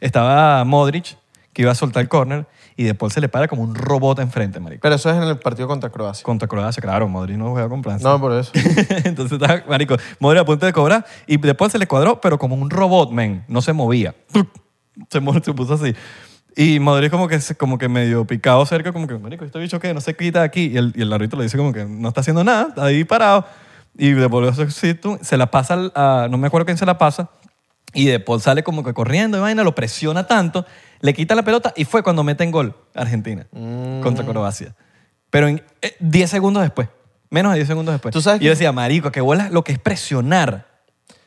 Speaker 1: Estaba Modric, que iba a soltar el corner, y De Paul se le para como un robot enfrente, marico.
Speaker 2: Pero eso es en el partido contra Croacia.
Speaker 1: Contra Croacia, claro, Modric no juega con Francia.
Speaker 2: No, por eso.
Speaker 1: [LAUGHS] Entonces estaba, marico, Modric a punto de cobrar y después se le cuadró, pero como un robot, men. No se movía. [LAUGHS] Se, mo- se puso así. Y Modric como que, se- como que medio picado cerca, como que, marico, este bicho que no se quita de aquí. Y el, y el árbitro le dice como que no está haciendo nada, está ahí parado. Y de Paul se- sí, tú- se la pasa, al- a- no me acuerdo quién se la pasa, y De Paul sale como que corriendo y vaina, lo presiona tanto, le quita la pelota y fue cuando meten gol Argentina contra Croacia. Pero en eh, 10 segundos después, menos de 10 segundos después.
Speaker 2: Tú sabes
Speaker 1: Y yo decía, marico, que bolas lo que es presionar.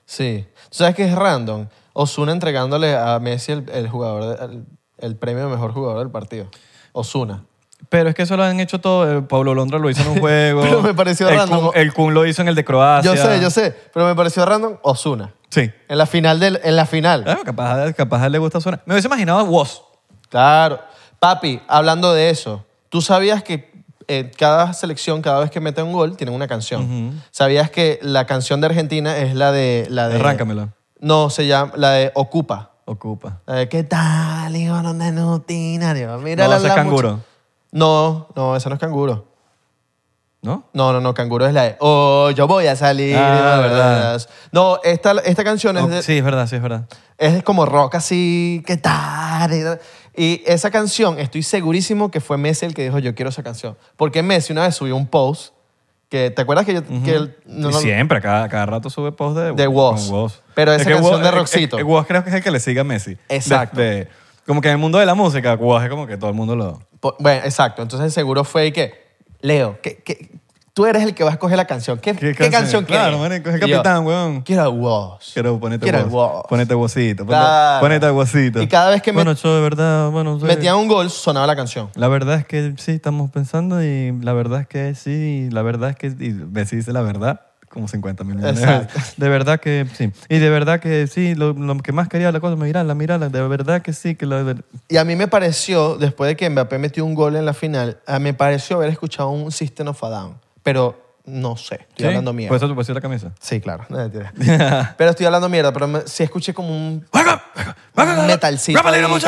Speaker 2: Sí. ¿Tú sabes qué es random? Osuna entregándole a Messi el, el jugador, de- el, el premio de mejor jugador del partido. Osuna.
Speaker 1: Pero es que eso lo han hecho todo. eh, Pablo Londra lo hizo
Speaker 2: [LAUGHS]
Speaker 1: en un juego.
Speaker 2: Pero me pareció
Speaker 1: el
Speaker 2: random.
Speaker 1: Kun, el Kun lo hizo en el de Croacia.
Speaker 2: Yo sé, yo sé, pero me pareció random Osuna.
Speaker 1: Sí.
Speaker 2: En la final del, en la final.
Speaker 1: Claro, capaz, capaz a él le gusta sonar. Me hubiese imaginado a Woz.
Speaker 2: Claro. Papi, hablando de eso, tú sabías que eh, cada selección, cada vez que mete un gol, tienen una canción. Sabías que la canción de Argentina es la de la de.
Speaker 1: Arráncamela.
Speaker 2: No, se llama la de Ocupa.
Speaker 1: Ocupa.
Speaker 2: La de, ¿Qué tal, hijo no es rutinario? Mira
Speaker 1: No,
Speaker 2: la,
Speaker 1: ese es
Speaker 2: la
Speaker 1: Canguro.
Speaker 2: mucha-". No, no, esa no es canguro.
Speaker 1: ¿No?
Speaker 2: No, no, no, canguro es la de. Oh, yo voy a salir.
Speaker 1: Ah,
Speaker 2: y-
Speaker 1: verdad.
Speaker 2: No, esta, esta canción es de,
Speaker 1: Sí, es verdad, sí, es verdad.
Speaker 2: Es como rock así, ¿qué tal? Y esa canción, estoy segurísimo que fue Messi el que dijo, yo quiero esa canción. Porque Messi una vez subió un post, que ¿te acuerdas que yo... que él- no,
Speaker 1: Y
Speaker 2: no,
Speaker 1: siempre, cada, cada rato sube post de,
Speaker 2: De
Speaker 1: con
Speaker 2: Woz. Pero esa
Speaker 1: que
Speaker 2: canción
Speaker 1: Woz-
Speaker 2: de
Speaker 1: es- es-
Speaker 2: Roxito.
Speaker 1: es- Woz creo que es el que le sigue a Messi.
Speaker 2: Exacto.
Speaker 1: De- de- como que en el mundo de la música, Woz es como que todo el mundo lo...
Speaker 2: po- bueno, exacto. Entonces seguro fue y que, Leo, que, que- tú eres el que va a escoger la canción. ¿Qué,
Speaker 1: ¿Qué
Speaker 2: qué,
Speaker 1: canción?
Speaker 2: canción quieres?
Speaker 1: Claro, marico, es el
Speaker 2: Y yo,
Speaker 1: capitán, weón.
Speaker 2: Quiero a Woz.
Speaker 1: Quiero ponerte
Speaker 2: Quiero a
Speaker 1: Woz.
Speaker 2: Woz.
Speaker 1: Ponete Wozito. Ponte,
Speaker 2: Claro.
Speaker 1: ponete Wozito.
Speaker 2: Y cada vez que me-
Speaker 1: Bueno, yo de verdad, bueno... sí.
Speaker 2: Metían un gol, sonaba la canción.
Speaker 1: La verdad es que sí, estamos pensando y la verdad es que sí, y la verdad es que... Y Messi dice la verdad como 50 mil millones de
Speaker 2: Exacto.
Speaker 1: veces. De verdad que sí. Y de verdad que sí, lo, lo que más quería la cosa, mirala, mirala, de verdad que sí, que la...
Speaker 2: Y a mí me pareció, después de que Mbappé metió un gol en la final, a me pareció haber escuchado un System of a Down. Pero no sé, estoy
Speaker 1: ¿Sí? Pues-
Speaker 2: hablando mierda.
Speaker 1: Por eso te pusiste la
Speaker 2: [LAUGHS]
Speaker 1: camisa.
Speaker 2: Sí, claro. No, mentira. pero estoy hablando mierda, pero me- sí escuché como un, un metalcito ahí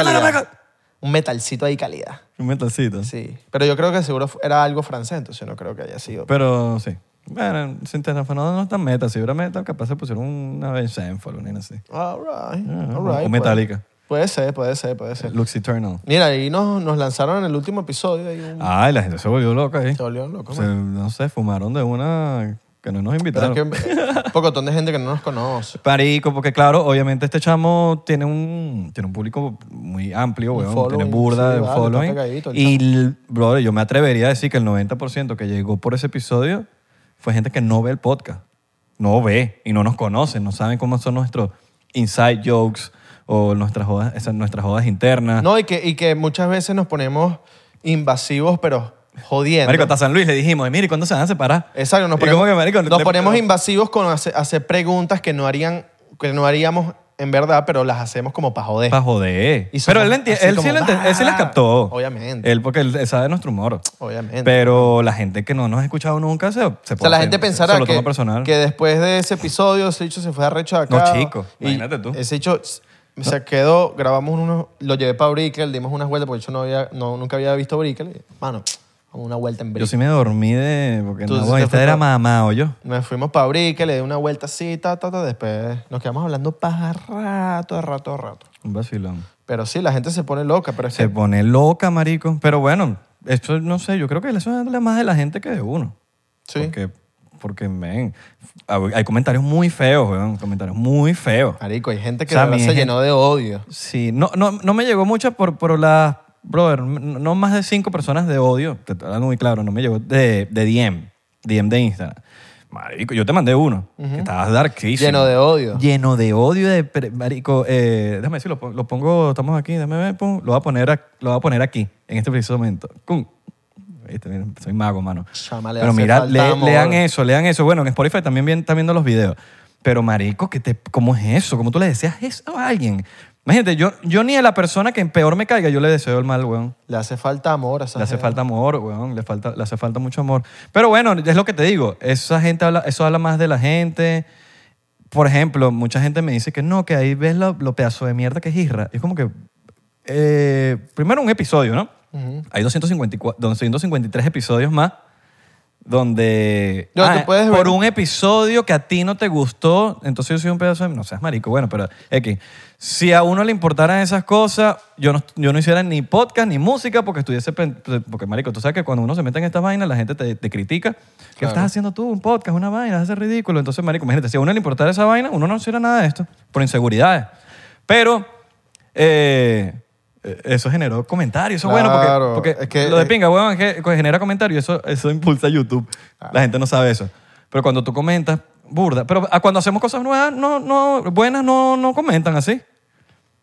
Speaker 2: calidad. Un metalcito ahí calidad.
Speaker 1: Un metalcito.
Speaker 2: Sí. Pero yo creo que seguro fu- era algo francés, entonces no creo que haya sido.
Speaker 1: Pero sí. Bueno, sin Terrafa no, no es tan metal. Si hubiera metal, capaz se pusieron una vez Zenfall, una vaina así.
Speaker 2: all right,
Speaker 1: Ah,
Speaker 2: all
Speaker 1: o
Speaker 2: right, pues.
Speaker 1: Metallica.
Speaker 2: Puede ser, puede ser, puede ser.
Speaker 1: Lux Eternal.
Speaker 2: Mira, ahí nos, nos lanzaron en el último episodio. Ahí un,
Speaker 1: Ay, la gente se volvió loca ahí.
Speaker 2: se volvieron locos.
Speaker 1: Se- no sé, fumaron de una que no nos
Speaker 2: Pero
Speaker 1: invitaron.
Speaker 2: es
Speaker 1: [LAUGHS]
Speaker 2: que eh, un pocotón de gente que no nos conoce.
Speaker 1: Parico, porque claro, obviamente este chamo tiene un, tiene un público muy amplio,
Speaker 2: Un
Speaker 1: weón. Tiene
Speaker 2: following,
Speaker 1: burda
Speaker 2: sí,
Speaker 1: de
Speaker 2: vale, está
Speaker 1: following.
Speaker 2: pegadito el
Speaker 1: y, l- brother, yo me atrevería a decir que el 90% que llegó por ese episodio fue gente que no ve el podcast. No ve y no nos conoce, no saben cómo son nuestros inside jokes o nuestras jodas, esas, nuestras jodas internas.
Speaker 2: No, y que, y que muchas veces nos ponemos invasivos, pero jodiendo.
Speaker 1: Marico, hasta San Luis le dijimos, mire, ¿cuándo se van a separar?
Speaker 2: Exacto, nos
Speaker 1: Y como
Speaker 2: ponemos,
Speaker 1: que, marico,
Speaker 2: nos
Speaker 1: le-
Speaker 2: ponemos invasivos con hace- hacer preguntas que no, harían, que no haríamos en verdad, pero las hacemos como para joder.
Speaker 1: Pa' joder.
Speaker 2: Y somos
Speaker 1: Pero él, enti-
Speaker 2: así
Speaker 1: él sí
Speaker 2: como,
Speaker 1: lo ente- él sí las
Speaker 2: "Ah".
Speaker 1: captó.
Speaker 2: Obviamente.
Speaker 1: Él porque él, él sabe nuestro humor.
Speaker 2: Obviamente.
Speaker 1: Pero la gente que no nos ha escuchado nunca se, se
Speaker 2: o sea,
Speaker 1: pone-
Speaker 2: la gente pensará
Speaker 1: se lo toma
Speaker 2: que,
Speaker 1: personal.
Speaker 2: que después de ese episodio ese dicho se fue arrecho de acá.
Speaker 1: No, chico,
Speaker 2: Y
Speaker 1: imagínate tú.
Speaker 2: Ese dicho Se quedó, grabamos unos, lo llevé para Brickell, dimos unas vueltas porque yo no había, no, nunca había visto Brickell. Y, Mano, vamos una vuelta en
Speaker 1: Yo
Speaker 2: Brickell.
Speaker 1: sí me dormí de... Porque
Speaker 2: Tú
Speaker 1: no,
Speaker 2: sí te
Speaker 1: esta
Speaker 2: fuiste-
Speaker 1: era mamado yo.
Speaker 2: Nos fuimos para Brickell, le di una vuelta así, ta, ta, ta. Después nos quedamos hablando para rato, a rato, a rato.
Speaker 1: Un vacilón.
Speaker 2: Pero sí, la gente se pone loca, pero es
Speaker 1: Se
Speaker 2: que
Speaker 1: pone loca, marico. Pero bueno, esto no sé, yo creo que eso es más de la gente que de uno.
Speaker 2: Sí.
Speaker 1: Porque, porque men, hay comentarios muy feos, weón. Comentarios muy feos.
Speaker 2: Marico, hay gente que
Speaker 1: O sea,
Speaker 2: de verdad
Speaker 1: mi
Speaker 2: se
Speaker 1: gente-
Speaker 2: llenó de odio.
Speaker 1: Sí, no, no, no me llegó mucho por, por las... Brother, no no más de cinco personas de odio, te estoy hablando muy claro, no me llegó de, de DM, DM de Instagram. Marico, yo te mandé uno, que estabas darkísimo.
Speaker 2: Lleno de odio.
Speaker 1: Lleno de odio, de pre- marico, eh, déjame decir, lo, pon- lo pongo, estamos aquí, déjame ver, pum, lo voy a poner, ac- lo voy a poner aquí, en este preciso momento. Cum. Viste, mira, soy mago, mano.
Speaker 2: Chama, le
Speaker 1: Pero
Speaker 2: hace
Speaker 1: mira,
Speaker 2: falta
Speaker 1: le-
Speaker 2: amor.
Speaker 1: lean eso, lean eso. Bueno, en Spotify también bien- están viendo los videos. Pero marico, que te, ¿cómo es eso? ¿Cómo tú le deseas eso a alguien? Imagínate, yo, yo ni a la persona que peor me caiga, yo le deseo el mal, weón.
Speaker 2: Le hace falta amor a esa
Speaker 1: Le hace
Speaker 2: gente.
Speaker 1: falta amor, weón. Le, falta, le hace falta mucho amor. Pero bueno, es lo que te digo. Esa gente habla, eso habla más de la gente. Por ejemplo, mucha gente me dice que no, que ahí ves lo, lo pedazo de mierda que es Isra. Y es como que. eh, primero, un episodio, ¿no? Hay 254, 253 episodios más donde ah,
Speaker 2: No, tú puedes ver-
Speaker 1: por un episodio que a ti no te gustó, entonces yo soy un pedazo de... No seas marico, bueno, pero X. Si a uno le importaran esas cosas, yo no, yo no hiciera ni podcast ni música porque estuviese... pen- pues, Porque, marico, tú sabes que cuando uno se mete en estas vainas, la gente te, te critica. ¿Qué
Speaker 2: Claro.
Speaker 1: estás haciendo tú? Un podcast, una vaina, haces ridículo. Entonces, marico, imagínate, si a uno le importara esa vaina, uno no hiciera nada de esto por inseguridades. Pero... eh, eso generó comentarios, eso es bueno
Speaker 2: Claro,
Speaker 1: porque, porque
Speaker 2: es que-
Speaker 1: lo de pinga, huevón, es que genera comentarios, eso, eso impulsa YouTube.
Speaker 2: Ah.
Speaker 1: La gente no sabe eso. Pero cuando tú comentas, burda. Pero ah, cuando hacemos cosas nuevas, no, no, buenas, no, no comentan así.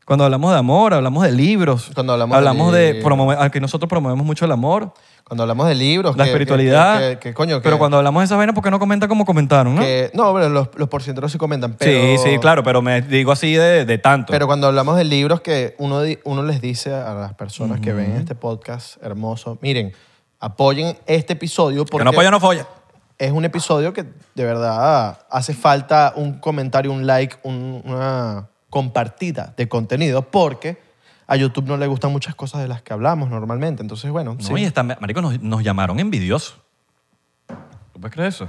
Speaker 1: Cuando hablamos de amor, hablamos de libros.
Speaker 2: Cuando hablamos de
Speaker 1: de,
Speaker 2: libros.
Speaker 1: promover, al que nosotros promovemos mucho el amor,
Speaker 2: Cuando hablamos de libros.
Speaker 1: la
Speaker 2: que- que-
Speaker 1: espiritualidad.
Speaker 2: Que, que- que coño, que,
Speaker 1: pero cuando hablamos de esas vainas, ¿por qué no comentan como comentaron, no?
Speaker 2: que- no, pero los, los porcenteros sí comentan, pero...
Speaker 1: sí, sí, claro, pero me digo así de, de tanto.
Speaker 2: Pero cuando hablamos de libros que uno, di- uno les dice a las personas que ven este podcast hermoso, miren, apoyen este episodio
Speaker 1: que
Speaker 2: porque
Speaker 1: no apoya, no folla.
Speaker 2: es un episodio que de verdad hace falta un comentario, un like, un- una compartida de contenido porque a YouTube no le gustan muchas cosas de las que hablamos normalmente. Entonces, bueno, sí.
Speaker 1: No, y está, marico, nos, nos llamaron envidiosos. ¿Tú puedes creer eso?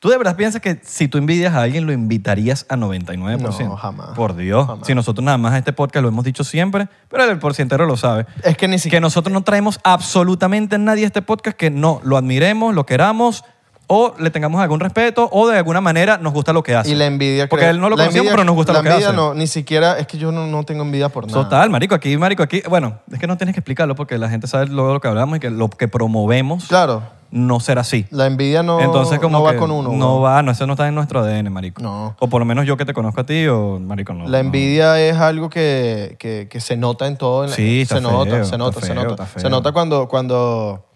Speaker 1: ¿Tú de verdad piensas que si tú envidias a alguien lo invitarías a 99%?
Speaker 2: No, jamás.
Speaker 1: Por Dios.
Speaker 2: Jamás.
Speaker 1: Si nosotros nada más a este podcast lo hemos dicho siempre, pero el porcientero lo sabe.
Speaker 2: Es que ni
Speaker 1: Que
Speaker 2: siquiera...
Speaker 1: nosotros no traemos absolutamente a nadie a este podcast que no lo admiremos, lo queramos o le tengamos algún respeto o de alguna manera nos gusta lo que hace.
Speaker 2: Y la envidia...
Speaker 1: Porque
Speaker 2: creo-
Speaker 1: él no lo
Speaker 2: la
Speaker 1: conocemos,
Speaker 2: envidia-
Speaker 1: pero nos gusta
Speaker 2: la
Speaker 1: lo que
Speaker 2: envidia
Speaker 1: hace.
Speaker 2: no, ni siquiera... Es que yo no, no tengo envidia por nada.
Speaker 1: Total, marico, aquí, marico, aquí. Bueno, es que no tienes que explicarlo porque la gente sabe luego lo que hablamos y que lo que promovemos
Speaker 2: Claro,
Speaker 1: no será así.
Speaker 2: la envidia no,
Speaker 1: Entonces, como
Speaker 2: no va
Speaker 1: que
Speaker 2: con uno.
Speaker 1: No
Speaker 2: güey.
Speaker 1: va, no, eso no está en nuestro ADN, marico.
Speaker 2: No.
Speaker 1: O por lo menos yo que te conozco a ti, o marico, no.
Speaker 2: La
Speaker 1: no.
Speaker 2: envidia es algo que, que- que se nota en todo. en la-
Speaker 1: Sí, está
Speaker 2: se nota,
Speaker 1: feo,
Speaker 2: se nota,
Speaker 1: está
Speaker 2: se
Speaker 1: feo,
Speaker 2: nota.
Speaker 1: está
Speaker 2: Se
Speaker 1: feo.
Speaker 2: nota cuando, cuando,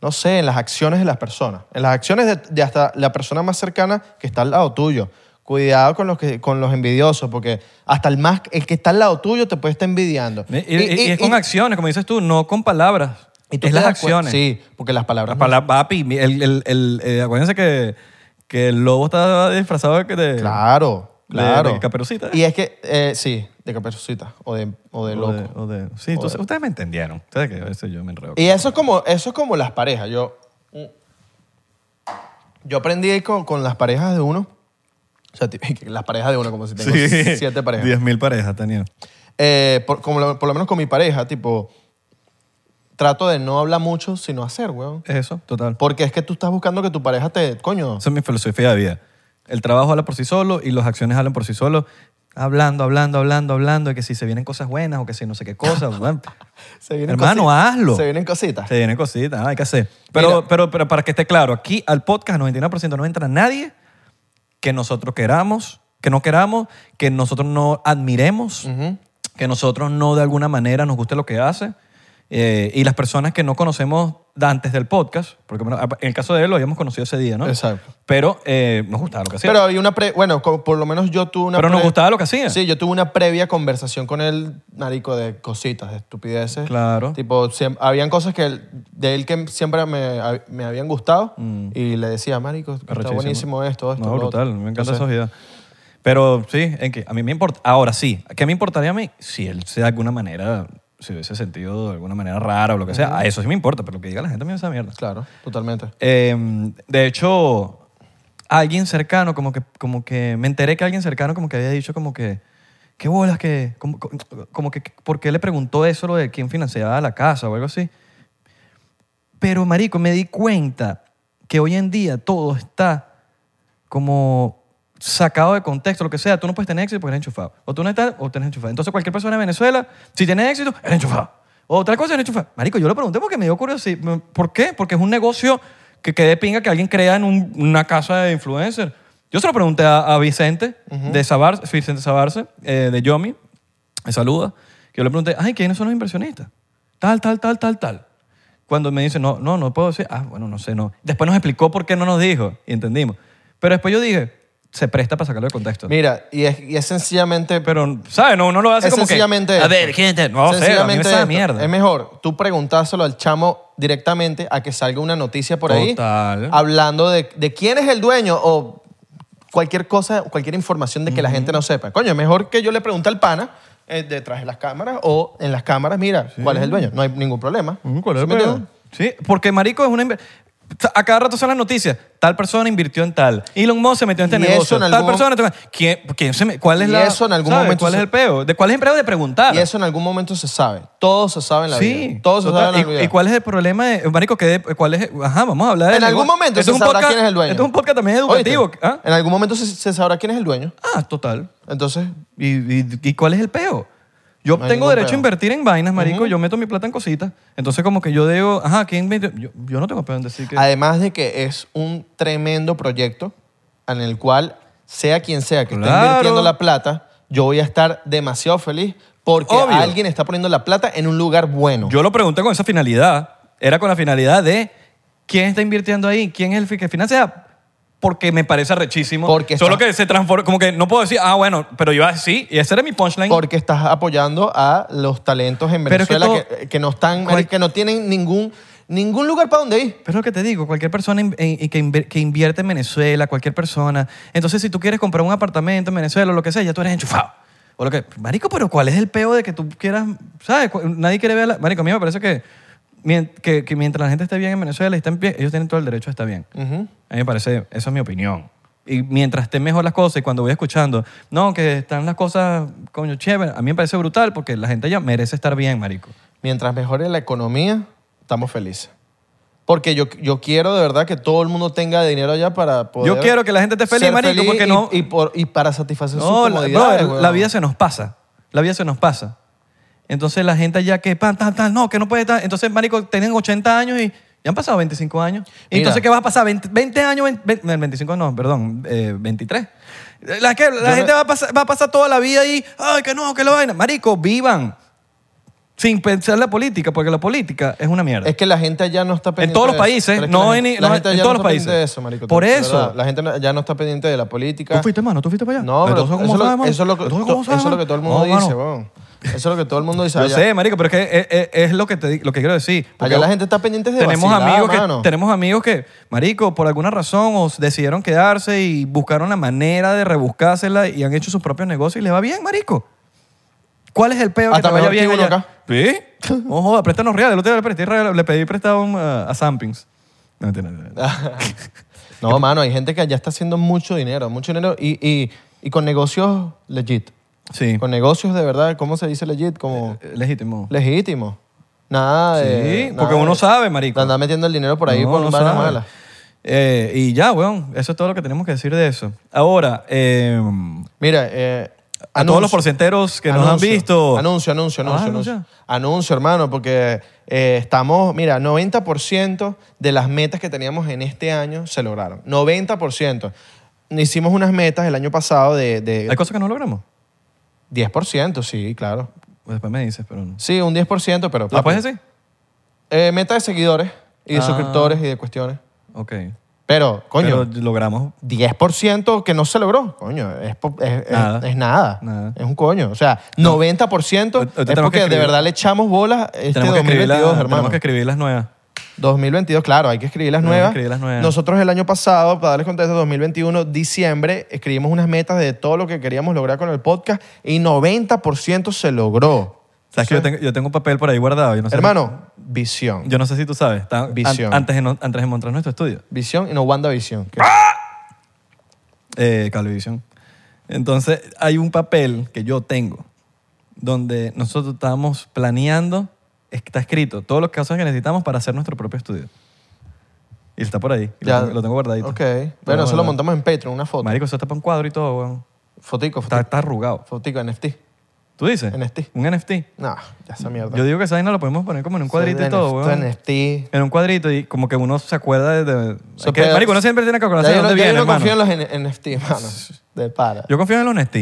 Speaker 2: no sé, en las acciones de las personas. En las acciones de, de hasta la persona más cercana que está al lado tuyo. Cuidado con los, que, con los envidiosos, porque hasta el, más, el que está al lado tuyo te puede estar envidiando.
Speaker 1: Y, y- y- y es con
Speaker 2: y-
Speaker 1: acciones, como dices tú, no con palabras.
Speaker 2: y tú
Speaker 1: es
Speaker 2: te
Speaker 1: las
Speaker 2: das cuenta-
Speaker 1: acciones.
Speaker 2: Sí, porque las palabras.
Speaker 1: Las
Speaker 2: no-
Speaker 1: palabras, papi. mi- El, el, el, eh, acuérdense que, que el lobo está disfrazado de. de-
Speaker 2: Claro,
Speaker 1: de-
Speaker 2: claro.
Speaker 1: de caperucita.
Speaker 2: Y es que, eh, sí, de caperucita o de, o de
Speaker 1: o
Speaker 2: loco.
Speaker 1: de- o de- sí, entonces, ustedes me entendieron. Ustedes que a veces yo me enredo.
Speaker 2: Y eso es como, eso es como las parejas. Yo, mm, yo aprendí ahí con, con las parejas de uno. O [LAUGHS] sea, tipo, las parejas de uno, como si tengo
Speaker 1: [LAUGHS]
Speaker 2: siete parejas.
Speaker 1: Diez mil parejas tenía.
Speaker 2: Eh, por, como lo- por lo menos con mi pareja, tipo, trato de no hablar mucho, sino hacer, weón.
Speaker 1: Eso, total.
Speaker 2: Porque es que tú estás buscando que tu pareja te, coño,
Speaker 1: Esa es mi filosofía de vida. El trabajo habla por sí solo y las acciones hablan por sí solo. Hablando, hablando, hablando, hablando, de que si se vienen cosas buenas o que si no sé qué cosas. bueno,
Speaker 2: se vienen
Speaker 1: Hermano,
Speaker 2: cositas.
Speaker 1: hazlo.
Speaker 2: Se vienen cositas.
Speaker 1: se vienen cositas, ah, hay que hacer. Pero,
Speaker 2: Mira.
Speaker 1: pero, pero para que esté claro, aquí al podcast 99% no entra nadie que nosotros queramos, que no queramos, que nosotros no admiremos, que nosotros no de alguna manera nos guste lo que hace. Eh, y las personas que no conocemos de antes del podcast, porque bueno, en el caso de él lo habíamos conocido ese día, ¿no?
Speaker 2: Exacto.
Speaker 1: Pero eh, nos gustaba lo que hacía.
Speaker 2: Pero había una pre- bueno, co- por lo menos yo tuve una
Speaker 1: Pero nos
Speaker 2: pre-
Speaker 1: gustaba lo que hacía.
Speaker 2: Sí, yo tuve una previa conversación con él, marico, de cositas, de estupideces.
Speaker 1: Claro.
Speaker 2: Tipo, siem- habían cosas que él- de él que siempre me, hab- me habían gustado y le decía, marico, está
Speaker 1: Mm. Arrechísimo.
Speaker 2: buenísimo esto, esto,
Speaker 1: No,
Speaker 2: lo
Speaker 1: brutal,
Speaker 2: otro".
Speaker 1: me encanta
Speaker 2: Entonces,
Speaker 1: esa idea. Pero sí, en que a mí me importa. Ahora sí, ¿qué me importaría a mí? Si él se de alguna manera, se hubiese sentido de alguna manera rara o lo que sea, a eso sí me importa, pero lo que diga la gente a mí me da mierda.
Speaker 2: Claro, totalmente.
Speaker 1: Eh, de hecho, alguien cercano, como que, como que me enteré que alguien cercano como que había dicho como que, qué bolas, que, como, como que, ¿por qué le preguntó eso lo de quién financiaba la casa o algo así? Pero, marico, me di cuenta que hoy en día todo está como sacado de contexto, lo que sea. Tú no puedes tener éxito porque eres enchufado. O tú no estás, o tienes enchufado. Entonces, cualquier persona en Venezuela, si tienes éxito, eres enchufado. O otra cosa, eres enchufado. Marico, yo lo pregunté porque me dio curiosidad. ¿Por qué? Porque es un negocio que quede pinga que alguien crea en un- una casa de influencer. Yo se lo pregunté a, a Vicente, de Sabarce, Vicente Sabarce, eh, de Yomi, me saluda, que yo le pregunté, ay, ¿quiénes son los inversionistas? Tal, tal, tal, tal, tal. Cuando me dice, no, no, no puedo decir, ah, bueno, no sé, no. Después nos explicó por qué no nos dijo y entendimos. Pero después yo dije, se presta para sacarlo de contexto.
Speaker 2: Mira, y es, y es sencillamente...
Speaker 1: Pero, ¿sabes? No, uno lo hace
Speaker 2: es
Speaker 1: como que,
Speaker 2: sencillamente
Speaker 1: a
Speaker 2: esto.
Speaker 1: ver, gente, no sé, a mí me
Speaker 2: Sencillamente
Speaker 1: sabe
Speaker 2: esto.
Speaker 1: mierda.
Speaker 2: Es mejor tú preguntárselo al chamo directamente a que salga una noticia por
Speaker 1: Total.
Speaker 2: ahí hablando de, de quién es el dueño o cualquier cosa, cualquier información de que la gente no sepa. Coño, es mejor que yo le pregunte al pana eh, detrás de las cámaras o en las cámaras, mira, ¿cuál es el dueño? No hay ningún problema.
Speaker 1: Mm, ¿cuál es
Speaker 2: ¿Sí
Speaker 1: el
Speaker 2: me
Speaker 1: pedo?
Speaker 2: entiendes?
Speaker 1: Sí, porque marico es una... inver- A cada rato son las noticias. Tal persona invirtió en tal. Elon Musk se metió en este
Speaker 2: Y eso
Speaker 1: negocio.
Speaker 2: en
Speaker 1: Tal
Speaker 2: algún-
Speaker 1: persona... ¿Quién, quién se me- ¿Cuál es
Speaker 2: Y
Speaker 1: la...?
Speaker 2: eso en algún
Speaker 1: ¿sabes?
Speaker 2: momento
Speaker 1: ¿Cuál
Speaker 2: se-
Speaker 1: es el peo? ¿De cuál es el peo de preguntar?
Speaker 2: Y eso en algún momento se sabe. Todo se sabe en la
Speaker 1: sí.
Speaker 2: vida. Todo se
Speaker 1: total.
Speaker 2: sabe en la
Speaker 1: ¿Y-
Speaker 2: vida.
Speaker 1: ¿Y, cuál es el problema de... Marico, ¿qué de- ¿cuál es...? Ajá, vamos a hablar de...
Speaker 2: en algún momento
Speaker 1: Esto
Speaker 2: se
Speaker 1: es un
Speaker 2: sabrá
Speaker 1: podcast-
Speaker 2: quién es el dueño.
Speaker 1: Esto es un podcast también educativo.
Speaker 2: Oíste,
Speaker 1: ¿Ah?
Speaker 2: En algún momento se, se sabrá quién es el dueño.
Speaker 1: Ah, total.
Speaker 2: Entonces,
Speaker 1: ¿Y, y, y cuál es el peo? Yo
Speaker 2: No hay
Speaker 1: tengo
Speaker 2: ningún
Speaker 1: derecho a
Speaker 2: peo.
Speaker 1: invertir en vainas, marico. Yo meto mi plata en cositas. Entonces, como que yo digo, ajá, ¿quién me- Yo, yo no tengo peo en decir que...
Speaker 2: Además de que es un tremendo proyecto en el cual, sea quien sea que
Speaker 1: Claro.
Speaker 2: esté invirtiendo la plata, yo voy a estar demasiado feliz porque
Speaker 1: Obvio.
Speaker 2: alguien está poniendo la plata en un lugar bueno.
Speaker 1: Yo lo pregunté con esa finalidad. Era con la finalidad de quién está invirtiendo ahí, quién es el fi- que financia. Porque me parece rechísimo.
Speaker 2: Porque
Speaker 1: Solo
Speaker 2: está-
Speaker 1: que se transforma. Como que no puedo decir, ah, bueno, pero yo así. Y ese era mi punchline.
Speaker 2: porque estás apoyando a los talentos en
Speaker 1: Pero es que
Speaker 2: Venezuela que,
Speaker 1: todo-
Speaker 2: que no están,
Speaker 1: cual-
Speaker 2: que no tienen ningún, ningún lugar para donde ir.
Speaker 1: Pero es lo que te digo, cualquier persona in- en- en- que, inver- que invierte en Venezuela, cualquier persona. Entonces, si tú quieres comprar un apartamento en Venezuela o lo que sea, ya tú eres enchufado. O lo que, marico, pero ¿cuál es el peo de que tú quieras? ¿Sabes? Cu- Nadie quiere ver a la... Marico, a mí me parece que, mien- que, que mientras la gente esté bien en Venezuela y está en pie, ellos tienen todo el derecho a estar bien. A mí me parece, esa es mi opinión. Y mientras estén mejor las cosas y cuando voy escuchando, no, que están las cosas, coño, chévere, a mí me parece brutal porque la gente ya merece estar bien, marico.
Speaker 2: Mientras mejore la economía, estamos felices. Porque yo, yo quiero de verdad que todo el mundo tenga dinero allá para poder.
Speaker 1: Yo quiero que la gente esté feliz,
Speaker 2: ser
Speaker 1: marico, porque
Speaker 2: y-
Speaker 1: no-
Speaker 2: Y, por- y para satisfacer sus
Speaker 1: No, la,
Speaker 2: comodidades,
Speaker 1: brother, la
Speaker 2: weón.
Speaker 1: vida se nos pasa. La vida se nos pasa. Entonces la gente ya que, pan, tan, tan, no, que no puede estar. Entonces, marico, tienen 80 años y ya han pasado 25 años.
Speaker 2: Mira.
Speaker 1: Entonces, ¿qué vas a pasar? 20, 20 años, 20, 20, 25 no, perdón, eh, 23. La, que, la
Speaker 2: Yo
Speaker 1: gente
Speaker 2: no-
Speaker 1: va, a pasar, va a pasar toda la vida ahí, ay, que no, que la vaina. Marico, vivan. Sin pensar la política, porque la política es una mierda.
Speaker 2: Es que la gente allá no está pendiente.
Speaker 1: todos los
Speaker 2: de eso.
Speaker 1: países,
Speaker 2: Pero es que
Speaker 1: no
Speaker 2: la
Speaker 1: en- no
Speaker 2: gente- la
Speaker 1: en-
Speaker 2: gente
Speaker 1: en
Speaker 2: allá
Speaker 1: todos
Speaker 2: no
Speaker 1: los
Speaker 2: está
Speaker 1: países.
Speaker 2: pendiente de eso, marico.
Speaker 1: Por
Speaker 2: de
Speaker 1: eso.
Speaker 2: verdad. La gente no- ya no está pendiente de la política.
Speaker 1: ¿Tú fuiste, mano? ¿Tú fuiste para allá?
Speaker 2: No, pero
Speaker 1: Entonces, ¿cómo
Speaker 2: eso, lo-
Speaker 1: sabes,
Speaker 2: eso es lo, que-
Speaker 1: mano? Entonces, ¿cómo
Speaker 2: eso es lo que
Speaker 1: sabes,
Speaker 2: todo el
Speaker 1: mano?
Speaker 2: mundo
Speaker 1: No,
Speaker 2: dice,
Speaker 1: mano.
Speaker 2: weón. Eso es lo que todo el mundo dice
Speaker 1: Yo
Speaker 2: allá.
Speaker 1: sé, marico, pero es que es, es- es lo que te di- lo que quiero decir. Porque
Speaker 2: Allá la gente está pendiente de
Speaker 1: tenemos
Speaker 2: vacilar,
Speaker 1: amigos
Speaker 2: mano.
Speaker 1: que tenemos amigos que, marico, por alguna razón os decidieron quedarse y buscaron la manera de rebuscársela y han hecho sus propios negocios y les va bien, marico. ¿Cuál es el peo que
Speaker 2: Hasta
Speaker 1: te vaya
Speaker 2: mejor que
Speaker 1: bien
Speaker 2: uno
Speaker 1: allá?
Speaker 2: acá.
Speaker 1: Sí. No joda, préstanos reales. El otro día le, presté real- le pedí prestado un, uh, a Sampings. No, mentira, no, no.
Speaker 2: Ah. No, mano, hay gente que allá está haciendo mucho dinero, mucho dinero y, y, y con negocios legit.
Speaker 1: Sí.
Speaker 2: Con negocios de verdad, ¿cómo se dice legit? Como
Speaker 1: Eh, Legítimo.
Speaker 2: legítimo. Nada de.
Speaker 1: Sí,
Speaker 2: nada
Speaker 1: porque
Speaker 2: de-
Speaker 1: uno sabe, marico.
Speaker 2: de andar metiendo el dinero por ahí
Speaker 1: No,
Speaker 2: por
Speaker 1: no
Speaker 2: vainas
Speaker 1: sabe.
Speaker 2: malas.
Speaker 1: Eh, y ya, weón. Eso es todo lo que tenemos que decir de eso. Ahora, eh,
Speaker 2: Mira, eh,
Speaker 1: a
Speaker 2: anuncio.
Speaker 1: todos los porcenteros que nos han
Speaker 2: Anuncio.
Speaker 1: visto.
Speaker 2: Anuncio, anuncio,
Speaker 1: Ah,
Speaker 2: anuncio.
Speaker 1: anuncia.
Speaker 2: anuncio. Anuncio, hermano, porque eh, estamos, mira, 90% de las metas que teníamos en este año se lograron. 90%. Hicimos unas metas el año pasado de, de
Speaker 1: Hay cosas que no logramos.
Speaker 2: 10%, sí, claro.
Speaker 1: Pues Después me dices, pero no.
Speaker 2: Sí, un 10%, pero...
Speaker 1: ¿La
Speaker 2: papi,
Speaker 1: puedes decir?
Speaker 2: eh, meta de seguidores y de
Speaker 1: Ah.
Speaker 2: suscriptores y de cuestiones.
Speaker 1: Ok.
Speaker 2: Pero, coño,
Speaker 1: Pero logramos.
Speaker 2: 10% que no se logró, coño, es, po- es- es- es
Speaker 1: Nada.
Speaker 2: nada.
Speaker 1: Nada.
Speaker 2: Es un coño. O sea, 90%
Speaker 1: Ahorita
Speaker 2: es
Speaker 1: tenemos que
Speaker 2: porque de
Speaker 1: escribir.
Speaker 2: verdad le echamos bolas este
Speaker 1: tenemos, que escribir
Speaker 2: 2022,
Speaker 1: las- tenemos
Speaker 2: hermano.
Speaker 1: que escribir las nuevas.
Speaker 2: 2022, claro, hay que escribir las
Speaker 1: No, hay que
Speaker 2: nuevas.
Speaker 1: escribir las nuevas.
Speaker 2: Nosotros el año pasado, para darles contexto, 2021, diciembre, escribimos unas metas de todo lo que queríamos lograr con el podcast y 90% se logró.
Speaker 1: ¿Sabes que yo tengo, yo tengo un papel por ahí guardado? Yo no sé
Speaker 2: Hermano, visión.
Speaker 1: yo no sé si tú sabes. Está- an-
Speaker 2: Visión.
Speaker 1: antes, de, no- antes de montar nuestro estudio.
Speaker 2: Visión y no WandaVision. que-
Speaker 1: Ah. eh, Cablevisión. Entonces, hay un papel que yo tengo donde nosotros estamos planeando, está escrito, todos los casos que necesitamos para hacer nuestro propio estudio. Y está por ahí. y Lo,
Speaker 2: Ya.
Speaker 1: tengo, lo tengo guardadito.
Speaker 2: Ok. Bueno,
Speaker 1: Tengo
Speaker 2: eso lo
Speaker 1: guardado.
Speaker 2: montamos en Patreon, una foto.
Speaker 1: Marico, eso está para un cuadro y todo, weón.
Speaker 2: Fotico,
Speaker 1: Está,
Speaker 2: fotico,
Speaker 1: está arrugado.
Speaker 2: fotico, NFT.
Speaker 1: ¿Tú dices?
Speaker 2: NFT.
Speaker 1: Un NFT.
Speaker 2: No, ya esa mierda.
Speaker 1: Yo digo que esa vaina la podemos poner como en un cuadrito y todo,
Speaker 2: Esto es
Speaker 1: weón.
Speaker 2: NFT.
Speaker 1: En un cuadrito y como que uno se acuerda de... de-
Speaker 2: So,
Speaker 1: que,
Speaker 2: pero-
Speaker 1: marico, uno siempre tiene que
Speaker 2: Ya
Speaker 1: acordarse de
Speaker 2: yo no-
Speaker 1: dónde
Speaker 2: ya
Speaker 1: viene,
Speaker 2: yo no
Speaker 1: hermano.
Speaker 2: confío en los
Speaker 1: [LAUGHS]
Speaker 2: N- NFT, mano. De para.
Speaker 1: Yo confío en el NFT.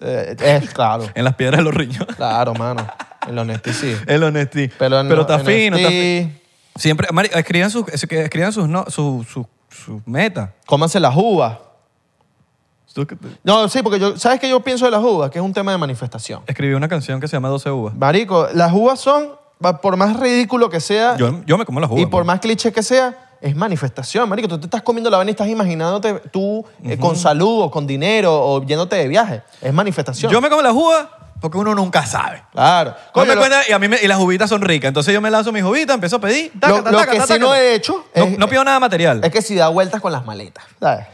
Speaker 2: Eh, es claro.
Speaker 1: En las piedras de los riños.
Speaker 2: Claro, mano. En los NFT sí.
Speaker 1: [LAUGHS] El honesty.
Speaker 2: Pero, en los
Speaker 1: está fino, está fino.
Speaker 2: NFT,
Speaker 1: Siempre, mari- escriban sus, es que escriban sus, no, sus, sus, sus metas.
Speaker 2: Cómanse las uvas.
Speaker 1: Tú que-
Speaker 2: No, sí, porque yo, ¿sabes qué yo pienso de las uvas? Que es un tema de manifestación.
Speaker 1: Escribí una canción que se llama 12 uvas.
Speaker 2: Marico, las uvas son, va, por más ridículo que sea
Speaker 1: Yo, yo me como las uvas.
Speaker 2: y por
Speaker 1: man.
Speaker 2: más cliché que sea, es manifestación, marico. Tú te estás comiendo la vaina y estás imaginándote tú eh, con salud o con dinero o yéndote de viaje. Es manifestación.
Speaker 1: Yo me como las uvas porque uno nunca sabe.
Speaker 2: Claro.
Speaker 1: No me
Speaker 2: Coño, lo-
Speaker 1: cuenta- y, a mí me- y las uvitas son ricas. Entonces yo me lanzo mis uvitas, empiezo a pedir. taca,
Speaker 2: Lo-
Speaker 1: taca,
Speaker 2: lo
Speaker 1: taca,
Speaker 2: que
Speaker 1: taca,
Speaker 2: sí no
Speaker 1: taca.
Speaker 2: he hecho
Speaker 1: No,
Speaker 2: es-
Speaker 1: no pido nada material.
Speaker 2: Es que si da vueltas con las maletas, ¿sabes?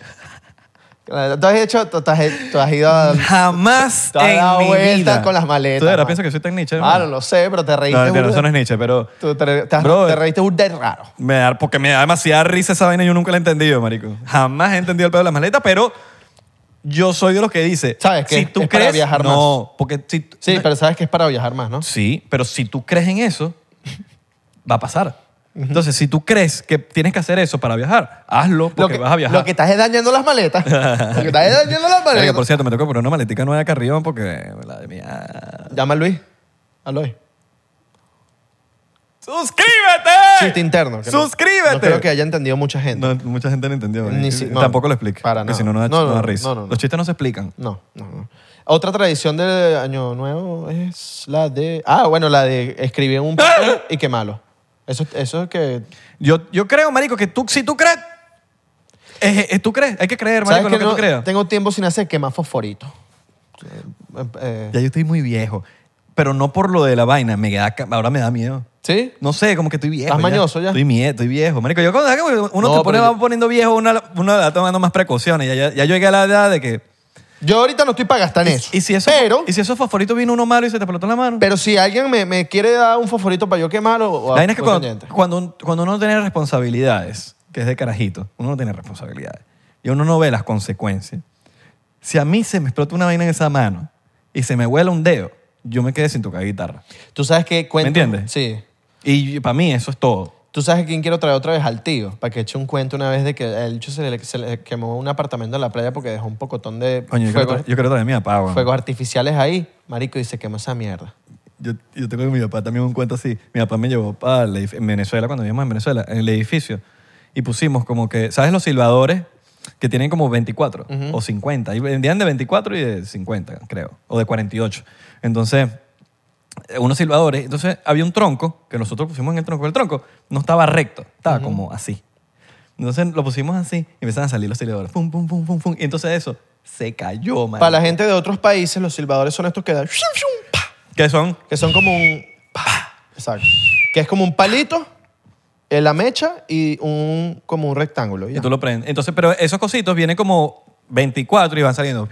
Speaker 2: Tú has hecho, tú, tú has, tú has ido
Speaker 1: [LAUGHS]
Speaker 2: a...
Speaker 1: Jamás
Speaker 2: Te has
Speaker 1: en
Speaker 2: dado
Speaker 1: mi
Speaker 2: vueltas
Speaker 1: vida.
Speaker 2: con las maletas,
Speaker 1: Tú de verdad
Speaker 2: man.
Speaker 1: piensas que soy tan Nietzsche.
Speaker 2: Claro,
Speaker 1: hermano?
Speaker 2: lo sé, pero te reíste.
Speaker 1: No, mentira,
Speaker 2: burda.
Speaker 1: eso no es eh. Nietzsche, pero...
Speaker 2: Tú te, re- te has-
Speaker 1: Brother.
Speaker 2: te reíste burda y raro.
Speaker 1: Me da, porque me da demasiada risa esa vaina, yo nunca la he entendido, marico. Jamás he entendido el pedo de las maletas, pero yo soy de los que dice,
Speaker 2: ¿Sabes qué?
Speaker 1: Si tú
Speaker 2: Es para
Speaker 1: crees,
Speaker 2: viajar
Speaker 1: no, porque si tú-
Speaker 2: Sí, pero sabes que es para viajar más, ¿no?
Speaker 1: sí, pero si tú crees en eso, va a pasar. Entonces, si tú crees que tienes que hacer eso para viajar, hazlo porque vas a viajar.
Speaker 2: Lo que estás es dañando
Speaker 1: [LAUGHS]
Speaker 2: las maletas. lo que estás es dañando
Speaker 1: Mira
Speaker 2: las
Speaker 1: que,
Speaker 2: maletas.
Speaker 1: por cierto, me tocó poner una maletica nueva de Carrión porque la de mía.
Speaker 2: Llama a Luis. A Luis.
Speaker 1: ¡Suscríbete!
Speaker 2: Chiste interno. que no-
Speaker 1: ¡Suscríbete!
Speaker 2: No creo que haya entendido mucha gente.
Speaker 1: No, mucha gente no entendió.
Speaker 2: Ni
Speaker 1: y-
Speaker 2: si-
Speaker 1: y
Speaker 2: no,
Speaker 1: Tampoco lo explico.
Speaker 2: para
Speaker 1: porque
Speaker 2: nada.
Speaker 1: si no, no da,
Speaker 2: No, no,
Speaker 1: no da
Speaker 2: no,
Speaker 1: risa.
Speaker 2: no, no, no.
Speaker 1: Los chistes no se explican.
Speaker 2: No, no, no. Otra tradición de Año Nuevo es la de... Ah, bueno, la de escribir en un
Speaker 1: ¡Ah!
Speaker 2: papel y quemarlo. Eso, eso es que...
Speaker 1: Yo, yo creo, marico, que tú, si tú crees, es, es- tú crees. Hay que creer, marico, en lo que
Speaker 2: no-
Speaker 1: tú creas.
Speaker 2: Tengo tiempo sin hacer quemar fosforito. Eh, eh,
Speaker 1: Ya yo estoy muy viejo, pero no por lo de la vaina. Me da, ca- ahora me da miedo.
Speaker 2: ¿Sí?
Speaker 1: No sé, como que estoy viejo.
Speaker 2: ¿Estás mañoso ya?
Speaker 1: Estoy, mie- estoy viejo. Marico, yo cuando uno
Speaker 2: No,
Speaker 1: te pone,
Speaker 2: pero
Speaker 1: va
Speaker 2: yo-
Speaker 1: poniendo viejo, uno, uno va tomando más precauciones. Ya, ya, ya yo llegué a la edad de que...
Speaker 2: Yo ahorita no estoy para gastar en eso.
Speaker 1: Y si eso,
Speaker 2: Pero...
Speaker 1: y si esos fosforitos vino uno malo y se te explotó en la mano.
Speaker 2: Pero si alguien me, me quiere dar un fosforito para yo quemarlo, o
Speaker 1: la vaina es que
Speaker 2: o
Speaker 1: cuando,
Speaker 2: pendiente.
Speaker 1: cuando, un- cuando uno no tiene responsabilidades, que es de carajito, uno no tiene responsabilidades y uno no ve las consecuencias. Si a mí se me explota una vaina en esa mano y se me huela un dedo, yo me quedé sin tocar guitarra.
Speaker 2: Tú sabes que cuento.
Speaker 1: ¿Me entiendes?
Speaker 2: Sí.
Speaker 1: Y para mí eso es todo.
Speaker 2: Tú sabes quién quiero traer otra vez al tío, para que eche un cuento una vez de que el bicho se le, se le quemó un apartamento en la playa porque dejó un pocotón de
Speaker 1: Coño, yo
Speaker 2: fuegos,
Speaker 1: creo, yo creo también mi papá, weón.
Speaker 2: fuegos artificiales ahí. Marico, y se quemó esa mierda.
Speaker 1: Yo, yo tengo con mi papá también un cuento así. Mi papá me llevó para el edif- en Venezuela, cuando vivíamos en Venezuela, en el edificio. Y pusimos como que, ¿sabes los silbadores? Que tienen como 24 o 50. Y vendían de 24 y de 50, creo. O de 48. Entonces, eh, unos silbadores. Entonces, había un tronco que nosotros pusimos en el tronco. El tronco no estaba recto, estaba como así. Entonces, lo pusimos así y empezaron a salir los silbadores. Pum, pum, pum, pum, pum. Y entonces eso se cayó, man.
Speaker 2: Para la gente de otros países, los silbadores son estos que dan... shum, shum, pa,
Speaker 1: ¿Qué son?
Speaker 2: Que son como un... pa, Exacto. Que es como un palito, eh, la mecha y un, como un rectángulo. y ya.
Speaker 1: Y tú lo prendes. Entonces, pero esos cositos vienen como 24 y van saliendo.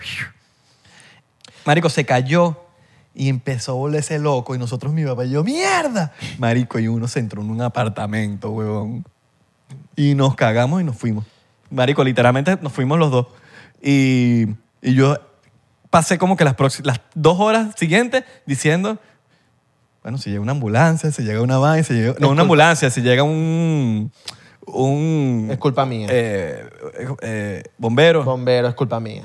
Speaker 1: Marico se cayó y empezó a volverse loco. Y nosotros, mi papá y yo, ¡mierda! Marico, y uno se entró en un apartamento, huevón. Y nos cagamos y nos fuimos. Marico, literalmente nos fuimos los dos. Y, y yo pasé como que las, proxi- las dos horas siguientes diciendo, bueno, si llega una ambulancia, si llega una vaina, si llega... No, una
Speaker 2: Disculpa.
Speaker 1: ambulancia, si llega un... un
Speaker 2: Es culpa mía.
Speaker 1: eh, eh, eh, bombero.
Speaker 2: Bombero, es culpa mía.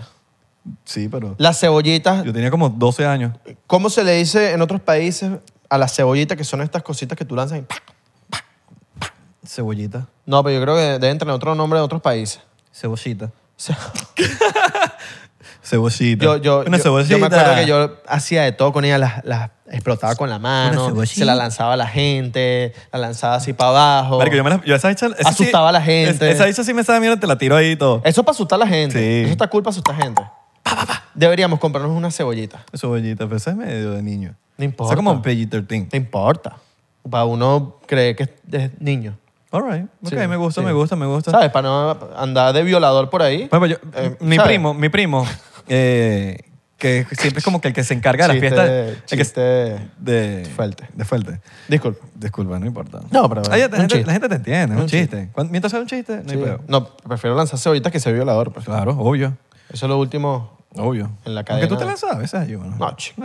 Speaker 1: sí, pero...
Speaker 2: Las cebollitas,
Speaker 1: Yo tenía como 12 años.
Speaker 2: ¿Cómo se le dice en otros países a las cebollitas que son estas cositas que tú lanzas? y ¡pac!
Speaker 1: Cebollita.
Speaker 2: No, pero yo creo que deben tener otro nombre en otros países.
Speaker 1: Cebollita.
Speaker 2: O sea,
Speaker 1: Cebollita.
Speaker 2: yo, yo,
Speaker 1: Una
Speaker 2: yo-
Speaker 1: cebollita.
Speaker 2: yo me acuerdo que yo hacía de todo con ella, las, las, explotaba con la
Speaker 1: Una
Speaker 2: mano,
Speaker 1: cebollita.
Speaker 2: se la lanzaba a la gente, la lanzaba así para abajo.
Speaker 1: Marico, yo, me la- yo esa bicha- esa sí-
Speaker 2: Asustaba a la gente.
Speaker 1: Esa bicha sí me sabe mierda, te la tiro ahí y todo.
Speaker 2: Eso es para asustar a la gente.
Speaker 1: Sí.
Speaker 2: Eso está cool para asustar a la gente. Deberíamos comprarnos una cebollita.
Speaker 1: Eso bollita, pero eso es medio de niño.
Speaker 2: No
Speaker 1: Eso
Speaker 2: importa.
Speaker 1: es como un PG-13.
Speaker 2: No importa. Para uno creer que es niño.
Speaker 1: All right. Ok,
Speaker 2: Sí,
Speaker 1: me gusta,
Speaker 2: sí.
Speaker 1: me gusta, me gusta.
Speaker 2: ¿Sabes? Para no andar de violador por ahí.
Speaker 1: Bueno, yo-
Speaker 2: Eh,
Speaker 1: mi
Speaker 2: ¿sabes?
Speaker 1: primo, mi primo, eh, que siempre es como que el que se encarga de las
Speaker 2: Chiste-
Speaker 1: fiestas. el que-
Speaker 2: chiste
Speaker 1: de
Speaker 2: fuerte.
Speaker 1: De fuerte.
Speaker 2: Disculpa.
Speaker 1: Disculpa, no importa.
Speaker 2: No, pero bueno,
Speaker 1: Oye,
Speaker 2: un
Speaker 1: Ah, la, gente,
Speaker 2: chiste.
Speaker 1: la gente te entiende, es un
Speaker 2: Un
Speaker 1: chiste. Cuando- mientras sea un chiste, no hay
Speaker 2: Sí.
Speaker 1: pedo.
Speaker 2: No, prefiero lanzar cebollitas que ser violador. pues.
Speaker 1: Claro, obvio.
Speaker 2: Eso es lo último.
Speaker 1: Obvio.
Speaker 2: En la
Speaker 1: Aunque tú
Speaker 2: cadena.
Speaker 1: te la sabes, ¿sabes? Yo, no.
Speaker 2: No, chico.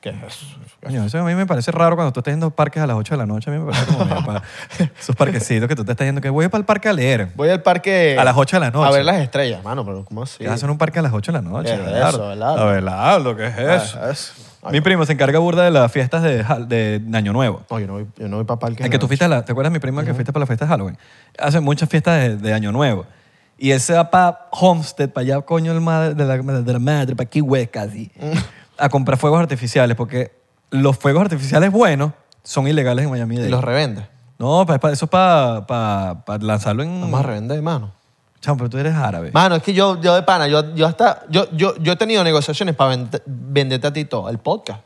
Speaker 2: ¿Qué es eso?
Speaker 1: Coño, eso a mí me parece raro cuando tú estás yendo a parques a las 8 de la noche. A mí me parece como medio
Speaker 2: [LAUGHS]
Speaker 1: pa- esos parquecitos que tú te estás yendo que voy para el parque a leer.
Speaker 2: Voy al parque.
Speaker 1: A las ocho de la noche.
Speaker 2: A ver las estrellas, mano, pero ¿cómo así?
Speaker 1: ¿Qué haces en un parque a las 8 de la noche?
Speaker 2: ¿Qué es
Speaker 1: Abelardo?
Speaker 2: eso, Abelardo?
Speaker 1: Abelardo, ¿qué es eso?
Speaker 2: Ah, eso. Ay,
Speaker 1: Mi primo se encarga burda de las fiestas de, Hal- de Año Nuevo.
Speaker 2: No, yo no voy, yo no voy para parque.
Speaker 1: En que tú fuiste a la, ¿Te acuerdas de mi prima que fuiste para la fiesta de Halloween? Hace muchas fiestas de, de Año Nuevo. Y ese va para Homestead, para allá, coño, el madre, de, la, de la madre, para aquí, hueca,
Speaker 2: [LAUGHS]
Speaker 1: así, a comprar fuegos artificiales, porque los fuegos artificiales buenos son ilegales en Miami.
Speaker 2: Y los revendes.
Speaker 1: No, pa- pa- eso es para lanzarlo en.
Speaker 2: Vamos a revender, mano.
Speaker 1: Chamo, pero tú eres árabe.
Speaker 2: Mano, es que yo, yo de pana, yo, yo hasta. Yo, yo, yo he tenido negociaciones para vend- venderte a ti todo, el podcast.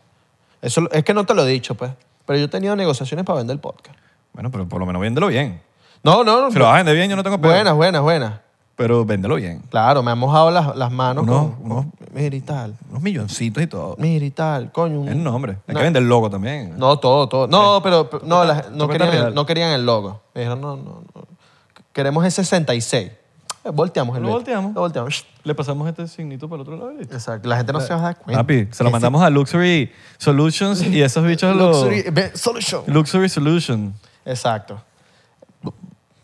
Speaker 2: Eso es que no te lo he dicho, pues. Pero yo he tenido negociaciones para vender el podcast.
Speaker 1: Bueno, pero por lo menos véndelo bien.
Speaker 2: No, no, no.
Speaker 1: Si lo vas a vender bien, yo no tengo problema.
Speaker 2: buenas, buenas, buenas.
Speaker 1: Pero véndelo bien.
Speaker 2: Claro, me han mojado las, las manos
Speaker 1: Uno-
Speaker 2: con,
Speaker 1: uno-
Speaker 2: con- Mira y tal.
Speaker 1: Unos milloncitos y todo.
Speaker 2: Mira y tal, coño. un-
Speaker 1: El nombre. Hay
Speaker 2: No.
Speaker 1: que vender el logo también.
Speaker 2: No, todo, todo. No, pero pero- no, la- no,
Speaker 1: toca
Speaker 2: querían
Speaker 1: terminar.
Speaker 2: el, no querían el logo. Me dijeron, no, no, no. Queremos el 66. Eh, Volteamos el
Speaker 1: Lo
Speaker 2: billete.
Speaker 1: volteamos.
Speaker 2: Lo volteamos.
Speaker 1: Le pasamos este signito para el otro lado.
Speaker 2: Exacto. La gente no se va a dar cuenta.
Speaker 1: Eh, Papi, se lo
Speaker 2: Que
Speaker 1: mandamos a Luxury Solutions y esos bichos
Speaker 2: sí.
Speaker 1: lo...
Speaker 2: Luxury Event Solution.
Speaker 1: Luxury
Speaker 2: [LAUGHS]
Speaker 1: Solution.
Speaker 2: Exacto.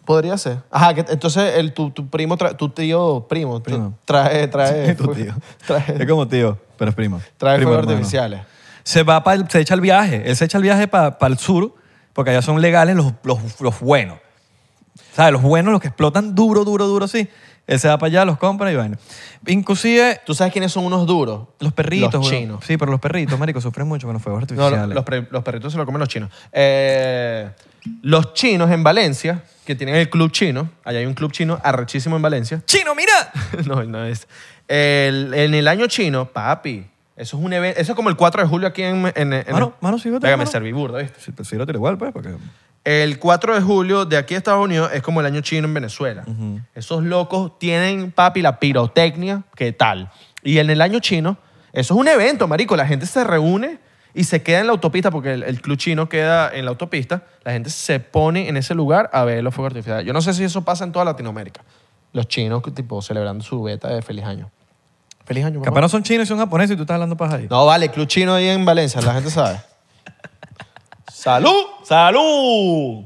Speaker 2: Podría ser. Ajá, que, entonces el, tu, tu primo, tra- tu tío primo, tra-
Speaker 1: Primo.
Speaker 2: trae, trae.
Speaker 1: tu tío.
Speaker 2: [LAUGHS] Trae,
Speaker 1: Es como tío, pero es primo.
Speaker 2: trae
Speaker 1: Primo
Speaker 2: fuegos
Speaker 1: hermano.
Speaker 2: artificiales.
Speaker 1: Se va para se echa el viaje. Él se echa el viaje para el sur porque allá son legales los, los, los buenos. ¿Sabes? Los buenos, los que explotan duro, duro, duro, sí. Él se va para allá, los compra y bueno. Inclusive
Speaker 2: ¿Tú sabes quiénes son unos duros?
Speaker 1: los perritos.
Speaker 2: Los
Speaker 1: weón.
Speaker 2: chinos.
Speaker 1: Sí, pero los perritos, marico, sufren mucho con los fuegos
Speaker 2: No,
Speaker 1: artificiales.
Speaker 2: lo- los, pre- los perritos se lo comen los chinos. Eh, los chinos en Valencia, que tienen el club chino, allá hay un club chino arrechísimo en Valencia. [LAUGHS]
Speaker 1: ¡Chino, mira!
Speaker 2: no, no es. El- en el año chino, papi, eso es un evento, eso es como el 4 de julio aquí en... en, en-
Speaker 1: Mano, mano, sí, vete,
Speaker 2: Venga, me
Speaker 1: mano.
Speaker 2: serví burda, ¿viste?
Speaker 1: Sí, sí, lo tiro igual, pues, porque...
Speaker 2: El 4 de julio de aquí a Estados Unidos es como el año chino en Venezuela. Esos locos tienen, papi, la pirotecnia, ¿qué tal? Y en el año chino, eso es un evento, marico. La gente se reúne y se queda en la autopista, porque el, el club chino queda en la autopista. La gente se pone en ese lugar a ver los fuegos artificiales. Yo no sé si eso pasa en toda Latinoamérica. Los chinos, tipo, celebrando su beta de feliz año. Feliz año, mamá.
Speaker 1: Capaz no son chinos y son japoneses y tú estás hablando para ahí.
Speaker 2: No, vale, club chino ahí en Valencia, la gente sabe. [LAUGHS] ¡Salud! ¡Salud!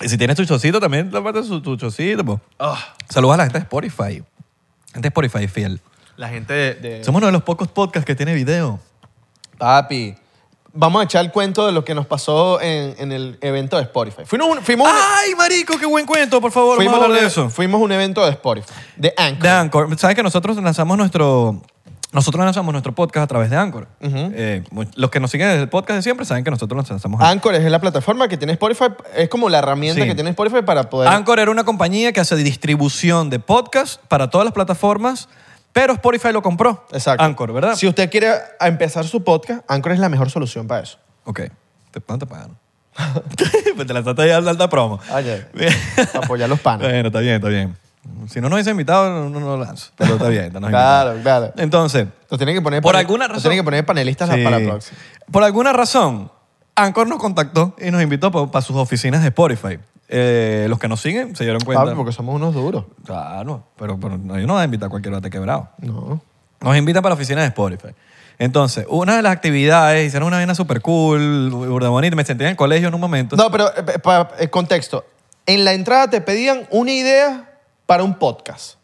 Speaker 1: Y si tienes tu chocito, también parte su tu chocito. po.
Speaker 2: Ah.
Speaker 1: Saludos a la gente de Spotify. Gente de Spotify fiel.
Speaker 2: La gente de- de...
Speaker 1: Somos uno de los pocos podcasts que tiene video.
Speaker 2: Papi, vamos a echar el cuento de lo que nos pasó en, en el evento de Spotify. Fuimos un, fuimos un-
Speaker 1: ¡Ay, marico! ¡Qué buen cuento! Ah, Por favor,
Speaker 2: fuimos
Speaker 1: vamos a hablar
Speaker 2: un-
Speaker 1: de eso.
Speaker 2: fuimos un evento de Spotify, de Anchor.
Speaker 1: De Anchor. ¿Sabes que nosotros lanzamos nuestro... Nosotros lanzamos nuestro podcast a través de Anchor. Eh, mu- los que nos siguen desde el podcast de siempre saben que nosotros lanzamos
Speaker 2: Anchor es la plataforma que tiene Spotify, es como la herramienta
Speaker 1: Sí.
Speaker 2: que tiene Spotify para poder...
Speaker 1: Anchor era una compañía que hace distribución de podcast para todas las plataformas, pero Spotify lo compró.
Speaker 2: Exacto.
Speaker 1: Anchor, ¿verdad?
Speaker 2: Si usted quiere a- empezar su podcast, Anchor es la mejor solución para eso.
Speaker 1: Ok. ¿Te, ¿Cuánto te pagaron? [LAUGHS] pues te lanzaste ahí al alta promo.
Speaker 2: Oye,
Speaker 1: [LAUGHS] Bien.
Speaker 2: para apoyar los panas.
Speaker 1: Bueno, está bien, está bien. Si no nos hubiese invitado, no no lo lanzo. Pero está bien.
Speaker 2: [LAUGHS]
Speaker 1: está nos
Speaker 2: Claro,
Speaker 1: invitaron.
Speaker 2: claro.
Speaker 1: Entonces,
Speaker 2: Nos tienen que poner
Speaker 1: Por
Speaker 2: pane-
Speaker 1: alguna
Speaker 2: nos
Speaker 1: razón.
Speaker 2: tienen que poner panelistas
Speaker 1: sí.
Speaker 2: para la próxima.
Speaker 1: por alguna razón, Anchor nos contactó y nos invitó para sus oficinas de Spotify. Eh, los que nos siguen se dieron cuenta.
Speaker 2: Papi, porque somos unos duros.
Speaker 1: Claro, pero, pero no, yo no voy a invitar a cualquier bate quebrado.
Speaker 2: No.
Speaker 1: Nos invitan para la oficina de Spotify. Entonces, una de las actividades, hicieron una vaina super cool, burda bonita. Me sentí en el colegio en un momento.
Speaker 2: No, pero eh, pa- eh, contexto. En la entrada te pedían una idea para un podcast.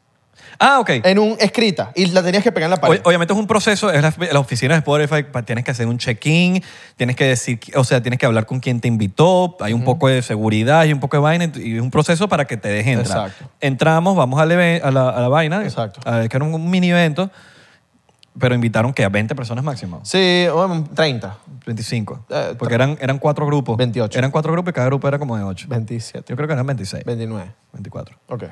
Speaker 1: Ah, ok.
Speaker 2: En un escrita. Y la tenías que pegar en la pared.
Speaker 1: Oye, obviamente es un proceso, es la, la oficina de Spotify, pa- tienes que hacer un check-in, tienes que decir, qui- o sea, tienes que hablar con quien te invitó, hay un poco de seguridad, hay un poco de vaina y es un proceso para que te dejen entrar.
Speaker 2: Exacto.
Speaker 1: Entramos, vamos al even- a, la, a la vaina,
Speaker 2: Exacto.
Speaker 1: a ver, que era un mini evento, pero invitaron que a 20 personas máximo.
Speaker 2: Sí, bueno, 30,
Speaker 1: 25.
Speaker 2: Eh,
Speaker 1: porque eran, eran cuatro grupos.
Speaker 2: 28.
Speaker 1: Eran cuatro grupos y cada grupo era como de 8.
Speaker 2: 27,
Speaker 1: Yo creo que eran 26.
Speaker 2: 29.
Speaker 1: 24.
Speaker 2: Ok.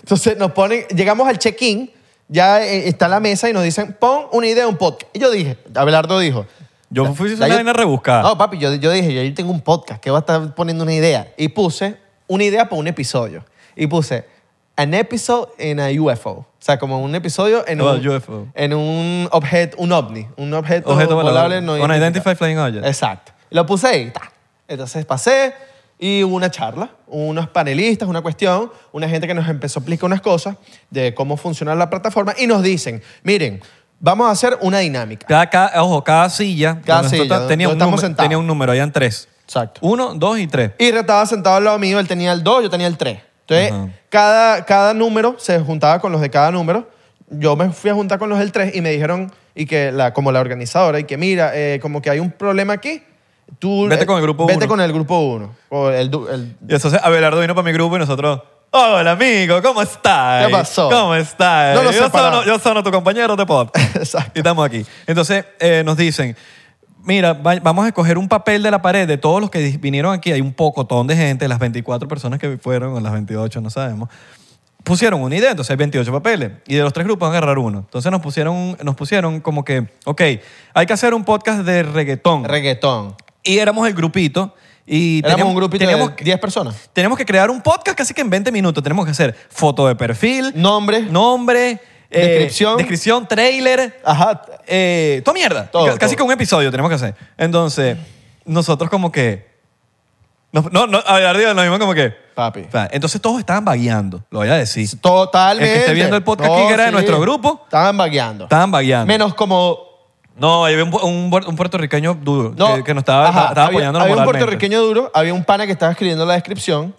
Speaker 2: Entonces nos ponen, llegamos al check-in, ya eh, está la mesa y nos dicen, pon una idea, un podcast. Y yo dije, Abelardo dijo.
Speaker 1: Yo
Speaker 2: "Ya-
Speaker 1: fui
Speaker 2: ya
Speaker 1: una vaina rebuscada".
Speaker 2: No, papi, yo, yo dije, yo ahí tengo un podcast, que va a estar poniendo una idea. Y puse una idea para un episodio. Y puse, an episode in a UFO. O sea, como un episodio en
Speaker 1: Oh,
Speaker 2: un...
Speaker 1: UFO.
Speaker 2: En un objeto, un ovni. Un objeto,
Speaker 1: Objeto
Speaker 2: volable
Speaker 1: valorable.
Speaker 2: no
Speaker 1: Un
Speaker 2: identificado.
Speaker 1: Identified Flying Object.
Speaker 2: Exacto. Lo puse ahí. ta. Entonces pasé y hubo una charla, unos panelistas, una cuestión, una gente que nos empezó a explicar unas cosas de cómo funciona la plataforma y nos dicen, miren, vamos a hacer una dinámica.
Speaker 1: Cada, cada- ojo, cada silla,
Speaker 2: Cada
Speaker 1: donde
Speaker 2: silla,
Speaker 1: nosotros
Speaker 2: donde
Speaker 1: tenía, un
Speaker 2: estamos
Speaker 1: número-
Speaker 2: sentados.
Speaker 1: tenía un número, habían tres.
Speaker 2: Exacto.
Speaker 1: Uno, dos y tres.
Speaker 2: Y estaba sentado al lado mío, él tenía el 2, yo tenía el 3. Entonces,
Speaker 1: Ajá.
Speaker 2: cada, cada número se juntaba con los de cada número. Yo me fui a juntar con los del 3 y me dijeron, y que la, como la organizadora, y que mira, eh, como que hay un problema aquí. Tú,
Speaker 1: Vete
Speaker 2: eh,
Speaker 1: con el grupo
Speaker 2: Vete
Speaker 1: uno.
Speaker 2: con el grupo 1. O el, du- el-
Speaker 1: Y entonces Abelardo vino para mi grupo y nosotros... Hola, amigo, ¿cómo estás?
Speaker 2: ¿Qué pasó?
Speaker 1: ¿Cómo estás?
Speaker 2: No lo
Speaker 1: yo,
Speaker 2: separaron.
Speaker 1: sono, yo sono tu compañero de pop.
Speaker 2: [LAUGHS] Exacto.
Speaker 1: Y estamos aquí. Entonces eh, nos dicen, mira, va- vamos a escoger un papel de la pared de todos los que dis- vinieron aquí. Hay un pocotón de gente, las 24 personas que fueron, o las 28, no sabemos. Pusieron una idea, entonces hay 28 papeles. Y de los tres grupos van a agarrar uno. Entonces nos pusieron, nos pusieron como que, ok, hay que hacer un podcast de reggaetón.
Speaker 2: reggaetón.
Speaker 1: y éramos el grupito. Y
Speaker 2: Éramos
Speaker 1: teníamos-
Speaker 2: un grupito
Speaker 1: teníamos
Speaker 2: de
Speaker 1: que-
Speaker 2: 10 personas.
Speaker 1: tenemos que crear un podcast casi que en 20 minutos. Tenemos que hacer foto de perfil,
Speaker 2: Nombre.
Speaker 1: nombre eh,
Speaker 2: Descripción.
Speaker 1: descripción, trailer,
Speaker 2: Ajá.
Speaker 1: eh, toda mierda.
Speaker 2: Todo,
Speaker 1: Ca- casi
Speaker 2: todo.
Speaker 1: que un episodio tenemos que hacer. Entonces, nosotros como que... No, no, no, a ver, arriba nos vimos como que...
Speaker 2: Papi.
Speaker 1: O sea, Entonces todos estaban vagueando, lo voy a decir.
Speaker 2: Totalmente.
Speaker 1: El que esté viendo el podcast aquí, que era de nuestro grupo.
Speaker 2: Estaban vagueando.
Speaker 1: Estaban vagueando.
Speaker 2: Menos como
Speaker 1: No, había un, pu- un puer- un puertorriqueño duro
Speaker 2: No,
Speaker 1: que, que nos estaba,
Speaker 2: ajá,
Speaker 1: estaba
Speaker 2: había-
Speaker 1: apoyando
Speaker 2: Había un
Speaker 1: moralmente.
Speaker 2: puertorriqueño duro, había un pana que estaba escribiendo la descripción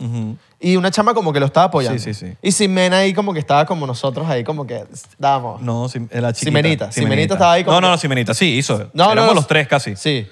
Speaker 2: y una chama como que lo estaba apoyando.
Speaker 1: Sí, sí, sí.
Speaker 2: Y Simena ahí como que estaba como nosotros ahí como que damos.
Speaker 1: No, Sim- la chiquita.
Speaker 2: Simenita, Simenita estaba ahí como
Speaker 1: No, no,
Speaker 2: que-
Speaker 1: no, Simenita, sí, hizo.
Speaker 2: No,
Speaker 1: Éramos
Speaker 2: no,
Speaker 1: los tres casi.
Speaker 2: Sí.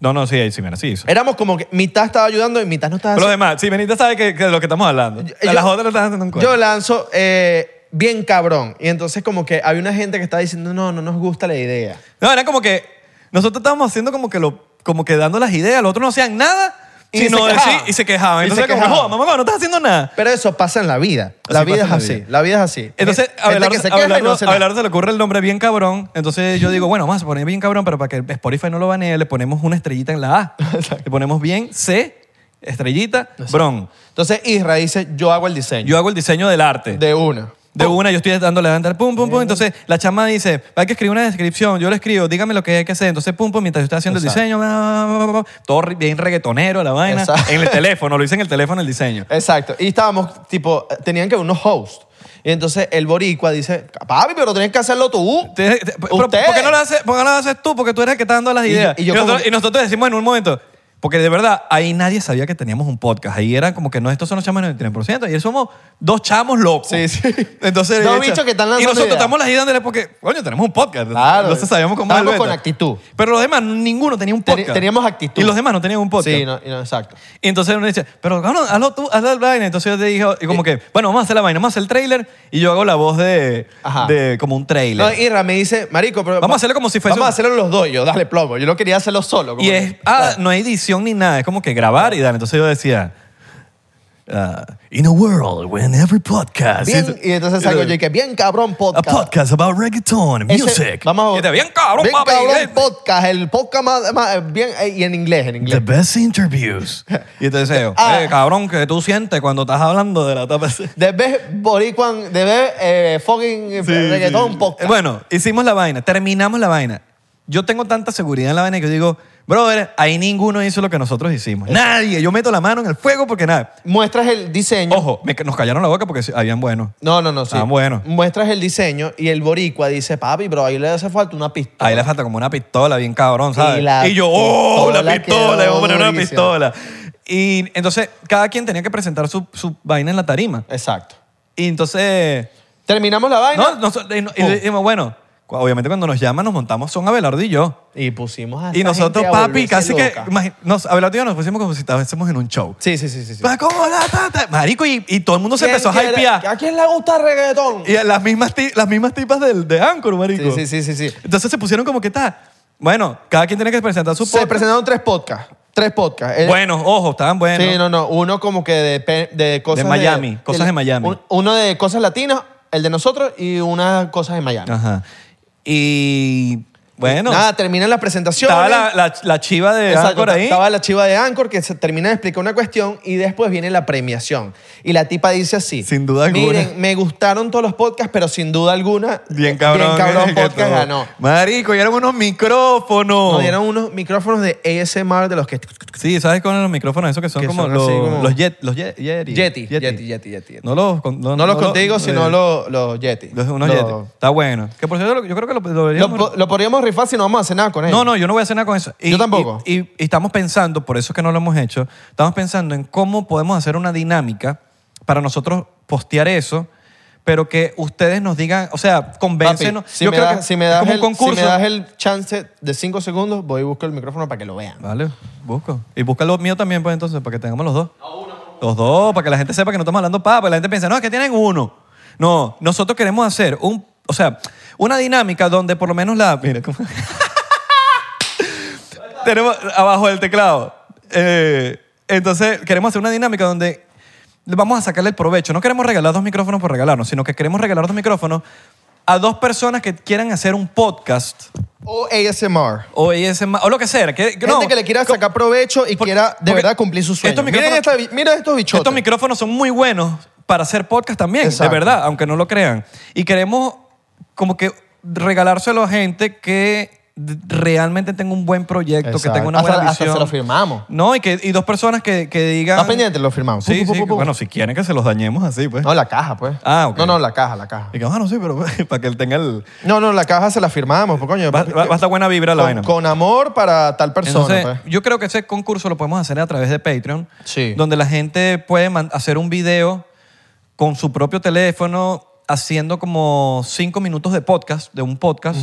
Speaker 1: No, no, sí, Simena, sí hizo.
Speaker 2: Éramos como que mitad estaba ayudando y mitad no estaba
Speaker 1: Pero los
Speaker 2: haciendo.
Speaker 1: demás, sí, Benita sabe que, que de lo que estamos hablando.
Speaker 2: yo-
Speaker 1: a las otras le están haciendo un cuento.
Speaker 2: Yo lanzo eh, bien cabrón y entonces como que había una gente que estaba diciendo, "No, no nos gusta la idea."
Speaker 1: No, era como que nosotros estábamos haciendo como que lo, como que dando las ideas, los otros no hacían nada
Speaker 2: Y
Speaker 1: sino
Speaker 2: se quejaban.
Speaker 1: decir- y se quejaban.
Speaker 2: Y se
Speaker 1: Entonces, como,
Speaker 2: quejaban.
Speaker 1: "Joder, mamá, no estás haciendo nada.
Speaker 2: Pero eso pasa en la vida. La
Speaker 1: Así
Speaker 2: vida es
Speaker 1: pasa en la
Speaker 2: así.
Speaker 1: vida.
Speaker 2: La vida es así.
Speaker 1: Entonces,
Speaker 2: Gente
Speaker 1: a Abelardo,
Speaker 2: que se
Speaker 1: se
Speaker 2: queja y no
Speaker 1: Abelardo,
Speaker 2: hace nada.
Speaker 1: Abelardo se le ocurre el nombre bien cabrón. Entonces yo digo, bueno, vamos a poner bien cabrón, pero para que Spotify no lo banee, le ponemos una estrellita en la
Speaker 2: [LAUGHS]
Speaker 1: A. Le ponemos bien C, estrellita, bron.
Speaker 2: Entonces, Isra dice, "Yo hago el diseño."
Speaker 1: Yo hago el diseño del arte.
Speaker 2: de una.
Speaker 1: De una, yo estoy dándole a andar, pum, pum,
Speaker 2: Eh.
Speaker 1: pum. Entonces la chama dice, hay que escribir una descripción. Yo le escribo, dígame lo que hay que hacer. Entonces, pum, pum, mientras yo estoy haciendo
Speaker 2: Exacto.
Speaker 1: el diseño, bla, bla, bla, bla, bla. todo re- bien reggaetonero, la vaina.
Speaker 2: Exacto.
Speaker 1: En el teléfono, lo hice en el teléfono el diseño.
Speaker 2: Exacto. Y estábamos, tipo, tenían que haber unos hosts. Y entonces el boricua dice, papi, pero tenés que hacerlo tú.
Speaker 1: Te- te- pero, ¿Por qué no lo haces, por qué no lo haces tú? Porque tú eres el que está dando las
Speaker 2: Y yo-
Speaker 1: ideas.
Speaker 2: y
Speaker 1: Y,
Speaker 2: yo como
Speaker 1: nosotros,
Speaker 2: que-
Speaker 1: y nosotros decimos en un momento, porque de verdad ahí nadie sabía que teníamos un podcast. Ahí era como que no, estos son los chamos del 93%. Y somos dos chamos locos.
Speaker 2: Sí, sí.
Speaker 1: Entonces,
Speaker 2: Dos
Speaker 1: de hecho,
Speaker 2: bichos que están lanzando
Speaker 1: Y nosotros
Speaker 2: ideas.
Speaker 1: estamos las ideas de la- porque, coño, tenemos un podcast.
Speaker 2: Claro.
Speaker 1: Entonces sabíamos cómo
Speaker 2: Estábamos
Speaker 1: darle
Speaker 2: con
Speaker 1: vuelta.
Speaker 2: actitud.
Speaker 1: Pero los demás, ninguno tenía un
Speaker 2: Teni-
Speaker 1: podcast.
Speaker 2: teníamos actitud.
Speaker 1: Y los demás no tenían un podcast.
Speaker 2: Sí, no, y no, exacto.
Speaker 1: Y entonces uno dice, pero cabrón, hazlo tú, hazlo la vaina. Entonces yo te dije, y
Speaker 2: Eh.
Speaker 1: como que, bueno, vamos a hacer la vaina, vamos a hacer el trailer. Y yo hago la voz de,
Speaker 2: Ajá.
Speaker 1: de como un trailer.
Speaker 2: No, Irra me dice, marico, pero...
Speaker 1: Vamos a hacerlo como si fuese
Speaker 2: Vamos a
Speaker 1: un-
Speaker 2: hacerlo los dos, yo, dale plomo. Yo no quería hacerlo solo. como
Speaker 1: Y
Speaker 2: que-
Speaker 1: es, ah,
Speaker 2: Claro.
Speaker 1: no hay edición ni nada, es como que grabar y dar. Entonces yo decía, ah, In a world when every podcast
Speaker 2: Bien, y entonces salgo yo y que, bien cabrón
Speaker 1: a
Speaker 2: podcast.
Speaker 1: Ah, podcast about reggaeton and
Speaker 2: Ese-
Speaker 1: music.
Speaker 2: vamos a-
Speaker 1: Y te, bien cabrón,
Speaker 2: Bien
Speaker 1: papi,
Speaker 2: cabrón
Speaker 1: eh,
Speaker 2: podcast, el podcast más... más- bien, eh, y en inglés, en inglés.
Speaker 1: The best interviews. y te deseo,
Speaker 2: Ah.
Speaker 1: eh, cabrón, que tú sientes cuando estás hablando de la etapa. Sí,
Speaker 2: De ver boricuan, de ver eh, fucking eh, reggaetón
Speaker 1: sí.
Speaker 2: podcast.
Speaker 1: Bueno, hicimos la vaina, terminamos la vaina. Yo tengo tanta seguridad en la vaina que yo digo, brother, ahí ninguno hizo lo que nosotros hicimos. Nadie. Yo meto la mano en el fuego porque nada.
Speaker 2: Muestras el diseño.
Speaker 1: Ojo, me- nos callaron la boca porque sí, habían buenos.
Speaker 2: No, no, no, sí.
Speaker 1: Ah, bueno.
Speaker 2: Muestras el diseño y el boricua dice, papi, pero ahí le hace falta una pistola.
Speaker 1: Ahí le falta como una pistola bien cabrón, ¿sabes?
Speaker 2: Y
Speaker 1: Y,
Speaker 2: la
Speaker 1: yo, ¡oh, la
Speaker 2: pistola quedó
Speaker 1: pistola! Le voy a poner una
Speaker 2: durísima.
Speaker 1: pistola. Y entonces cada quien tenía que presentar su, su vaina en la tarima.
Speaker 2: Exacto.
Speaker 1: Y entonces...
Speaker 2: Terminamos la vaina.
Speaker 1: No, no, y, no- y
Speaker 2: Pum.
Speaker 1: dijimos, bueno, ¿cuál obviamente cuando nos llaman nos montamos son Abelardo y yo.
Speaker 2: Y pusimos a
Speaker 1: Y
Speaker 2: esta
Speaker 1: nosotros,
Speaker 2: gente a
Speaker 1: papi,
Speaker 2: volverse
Speaker 1: casi
Speaker 2: loca.
Speaker 1: que... imagi- Nos, Abelardo y yo nos pusimos como si estuviésemos en un show.
Speaker 2: Sí, sí, sí, sí. sí.
Speaker 1: Va, ¿cómo la tata? Marico, y, y todo el mundo se empezó a
Speaker 2: ¿Quién quiere-
Speaker 1: hypear.
Speaker 2: ¿A quién le gusta el reggaetón?
Speaker 1: Y a las mismas, ti- las mismas tipas del, de Anchor, marico.
Speaker 2: Sí, sí, sí, sí, sí.
Speaker 1: Entonces se pusieron como que está. Bueno, cada quien tiene que presentar su
Speaker 2: Se
Speaker 1: podcast.
Speaker 2: presentaron tres podcasts. Tres podcasts. El-
Speaker 1: Buenos, ojo, estaban buenos.
Speaker 2: Eh, Sí, no, no. Uno como que de, pe- de cosas
Speaker 1: De Miami, cosas de Miami.
Speaker 2: un- uno de cosas latinas, el de nosotros y unas cosas de Miami.
Speaker 1: Ajá. Y Ah, bueno,
Speaker 2: Nada, terminan las presentaciones.
Speaker 1: estaba la, la- la chiva de
Speaker 2: Exacto,
Speaker 1: Anchor ahí.
Speaker 2: Estaba la chiva de Anchor que se termina de explicar una cuestión y después viene la premiación. Y la tipa dice así.
Speaker 1: Sin duda alguna.
Speaker 2: Miren, me gustaron todos los podcasts, pero sin duda alguna.
Speaker 1: Bien cabrón. eh,
Speaker 2: Bien cabrón
Speaker 1: que
Speaker 2: podcast
Speaker 1: todo.
Speaker 2: ganó.
Speaker 1: Marico, y eran unos micrófonos.
Speaker 2: Nos dieron unos micrófonos de ASMR de los que...
Speaker 1: Sí, ¿sabes cuáles son los micrófonos? Esos que son,
Speaker 2: Que
Speaker 1: como,
Speaker 2: son
Speaker 1: los,
Speaker 2: así como-
Speaker 1: los Jet, los Ye- Yeti.
Speaker 2: Yeti, Yeti, Yeti, Yeti.
Speaker 1: No los, con- no,
Speaker 2: No los contigo,
Speaker 1: contigo,
Speaker 2: sino los, los Yeti.
Speaker 1: Los, unos
Speaker 2: Lo-
Speaker 1: Yeti. Está bueno. Que por cierto, lo- yo creo que lo, lo
Speaker 2: Lo,
Speaker 1: deberíamos-
Speaker 2: po- lo podríamos rifar si no vamos a cenar con ellos.
Speaker 1: No, no, yo no voy a hacer nada con eso.
Speaker 2: Yo tampoco.
Speaker 1: Y, y estamos pensando, por eso es que no lo hemos hecho, estamos pensando en cómo podemos hacer una dinámica para nosotros postear eso, pero que ustedes nos digan, o sea,
Speaker 2: Papi,
Speaker 1: convéncenos.
Speaker 2: si,
Speaker 1: yo
Speaker 2: me
Speaker 1: creo
Speaker 2: das,
Speaker 1: que
Speaker 2: si me
Speaker 1: es
Speaker 2: das
Speaker 1: como
Speaker 2: el,
Speaker 1: un concurso.
Speaker 2: si me das el chance de 5 segundos, voy y busco el micrófono para que lo vean.
Speaker 1: Vale, busco. Y busca lo mío también, pues entonces, para que tengamos los dos. Los dos, para que la gente sepa que no estamos hablando papa. La gente piensa, no, es que tienen uno. No, nosotros queremos hacer un, o sea, una dinámica donde por lo menos la. Mira, cómo- [LAUGHS] tenemos abajo del teclado. Eh, entonces, queremos hacer una dinámica donde le vamos a sacarle el provecho. No queremos regalar dos micrófonos por regalarnos, sino que queremos regalar dos micrófonos a dos personas que quieran hacer un podcast
Speaker 2: O ASMR.
Speaker 1: o ASMR, o lo que sea. Que,
Speaker 2: Gente
Speaker 1: no,
Speaker 2: que le quiera sacar provecho y
Speaker 1: porque-
Speaker 2: quiera de
Speaker 1: porque
Speaker 2: verdad cumplir sus sueños.
Speaker 1: estos
Speaker 2: miren,
Speaker 1: micrófonos-
Speaker 2: esta- mira estos bichotes.
Speaker 1: Estos micrófonos son muy buenos para hacer podcast también,
Speaker 2: Exacto.
Speaker 1: de verdad, aunque no lo crean. Y queremos como que regalárselo a gente que d- realmente tenga un buen proyecto, que
Speaker 2: Exacto.
Speaker 1: tenga una
Speaker 2: Hasta-
Speaker 1: buena
Speaker 2: hasta
Speaker 1: visión.
Speaker 2: se lo firmamos.
Speaker 1: No, y, que, y dos personas que, que digan...
Speaker 2: Está pendiente, lo firmamos.
Speaker 1: Sí,
Speaker 2: Pu, pu,
Speaker 1: sí,
Speaker 2: pu, pu.
Speaker 1: bueno, si quieren que se los dañemos así, pues.
Speaker 2: No, la caja, pues.
Speaker 1: Ah, ok.
Speaker 2: No, no, la caja, la caja.
Speaker 1: Y que, ah, no, sí, pero [LAUGHS] para que él tenga el...
Speaker 2: No, no, la caja se la firmamos, pues, coño.
Speaker 1: Va, va- va a estar buena vibra
Speaker 2: con,
Speaker 1: la vaina.
Speaker 2: con amor para tal persona, pues.
Speaker 1: Entonces, yo creo que ese concurso lo podemos hacer a través de Patreon,
Speaker 2: Sí.
Speaker 1: donde la gente puede man- hacer un video con su propio teléfono haciendo como cinco minutos de podcast, de un podcast,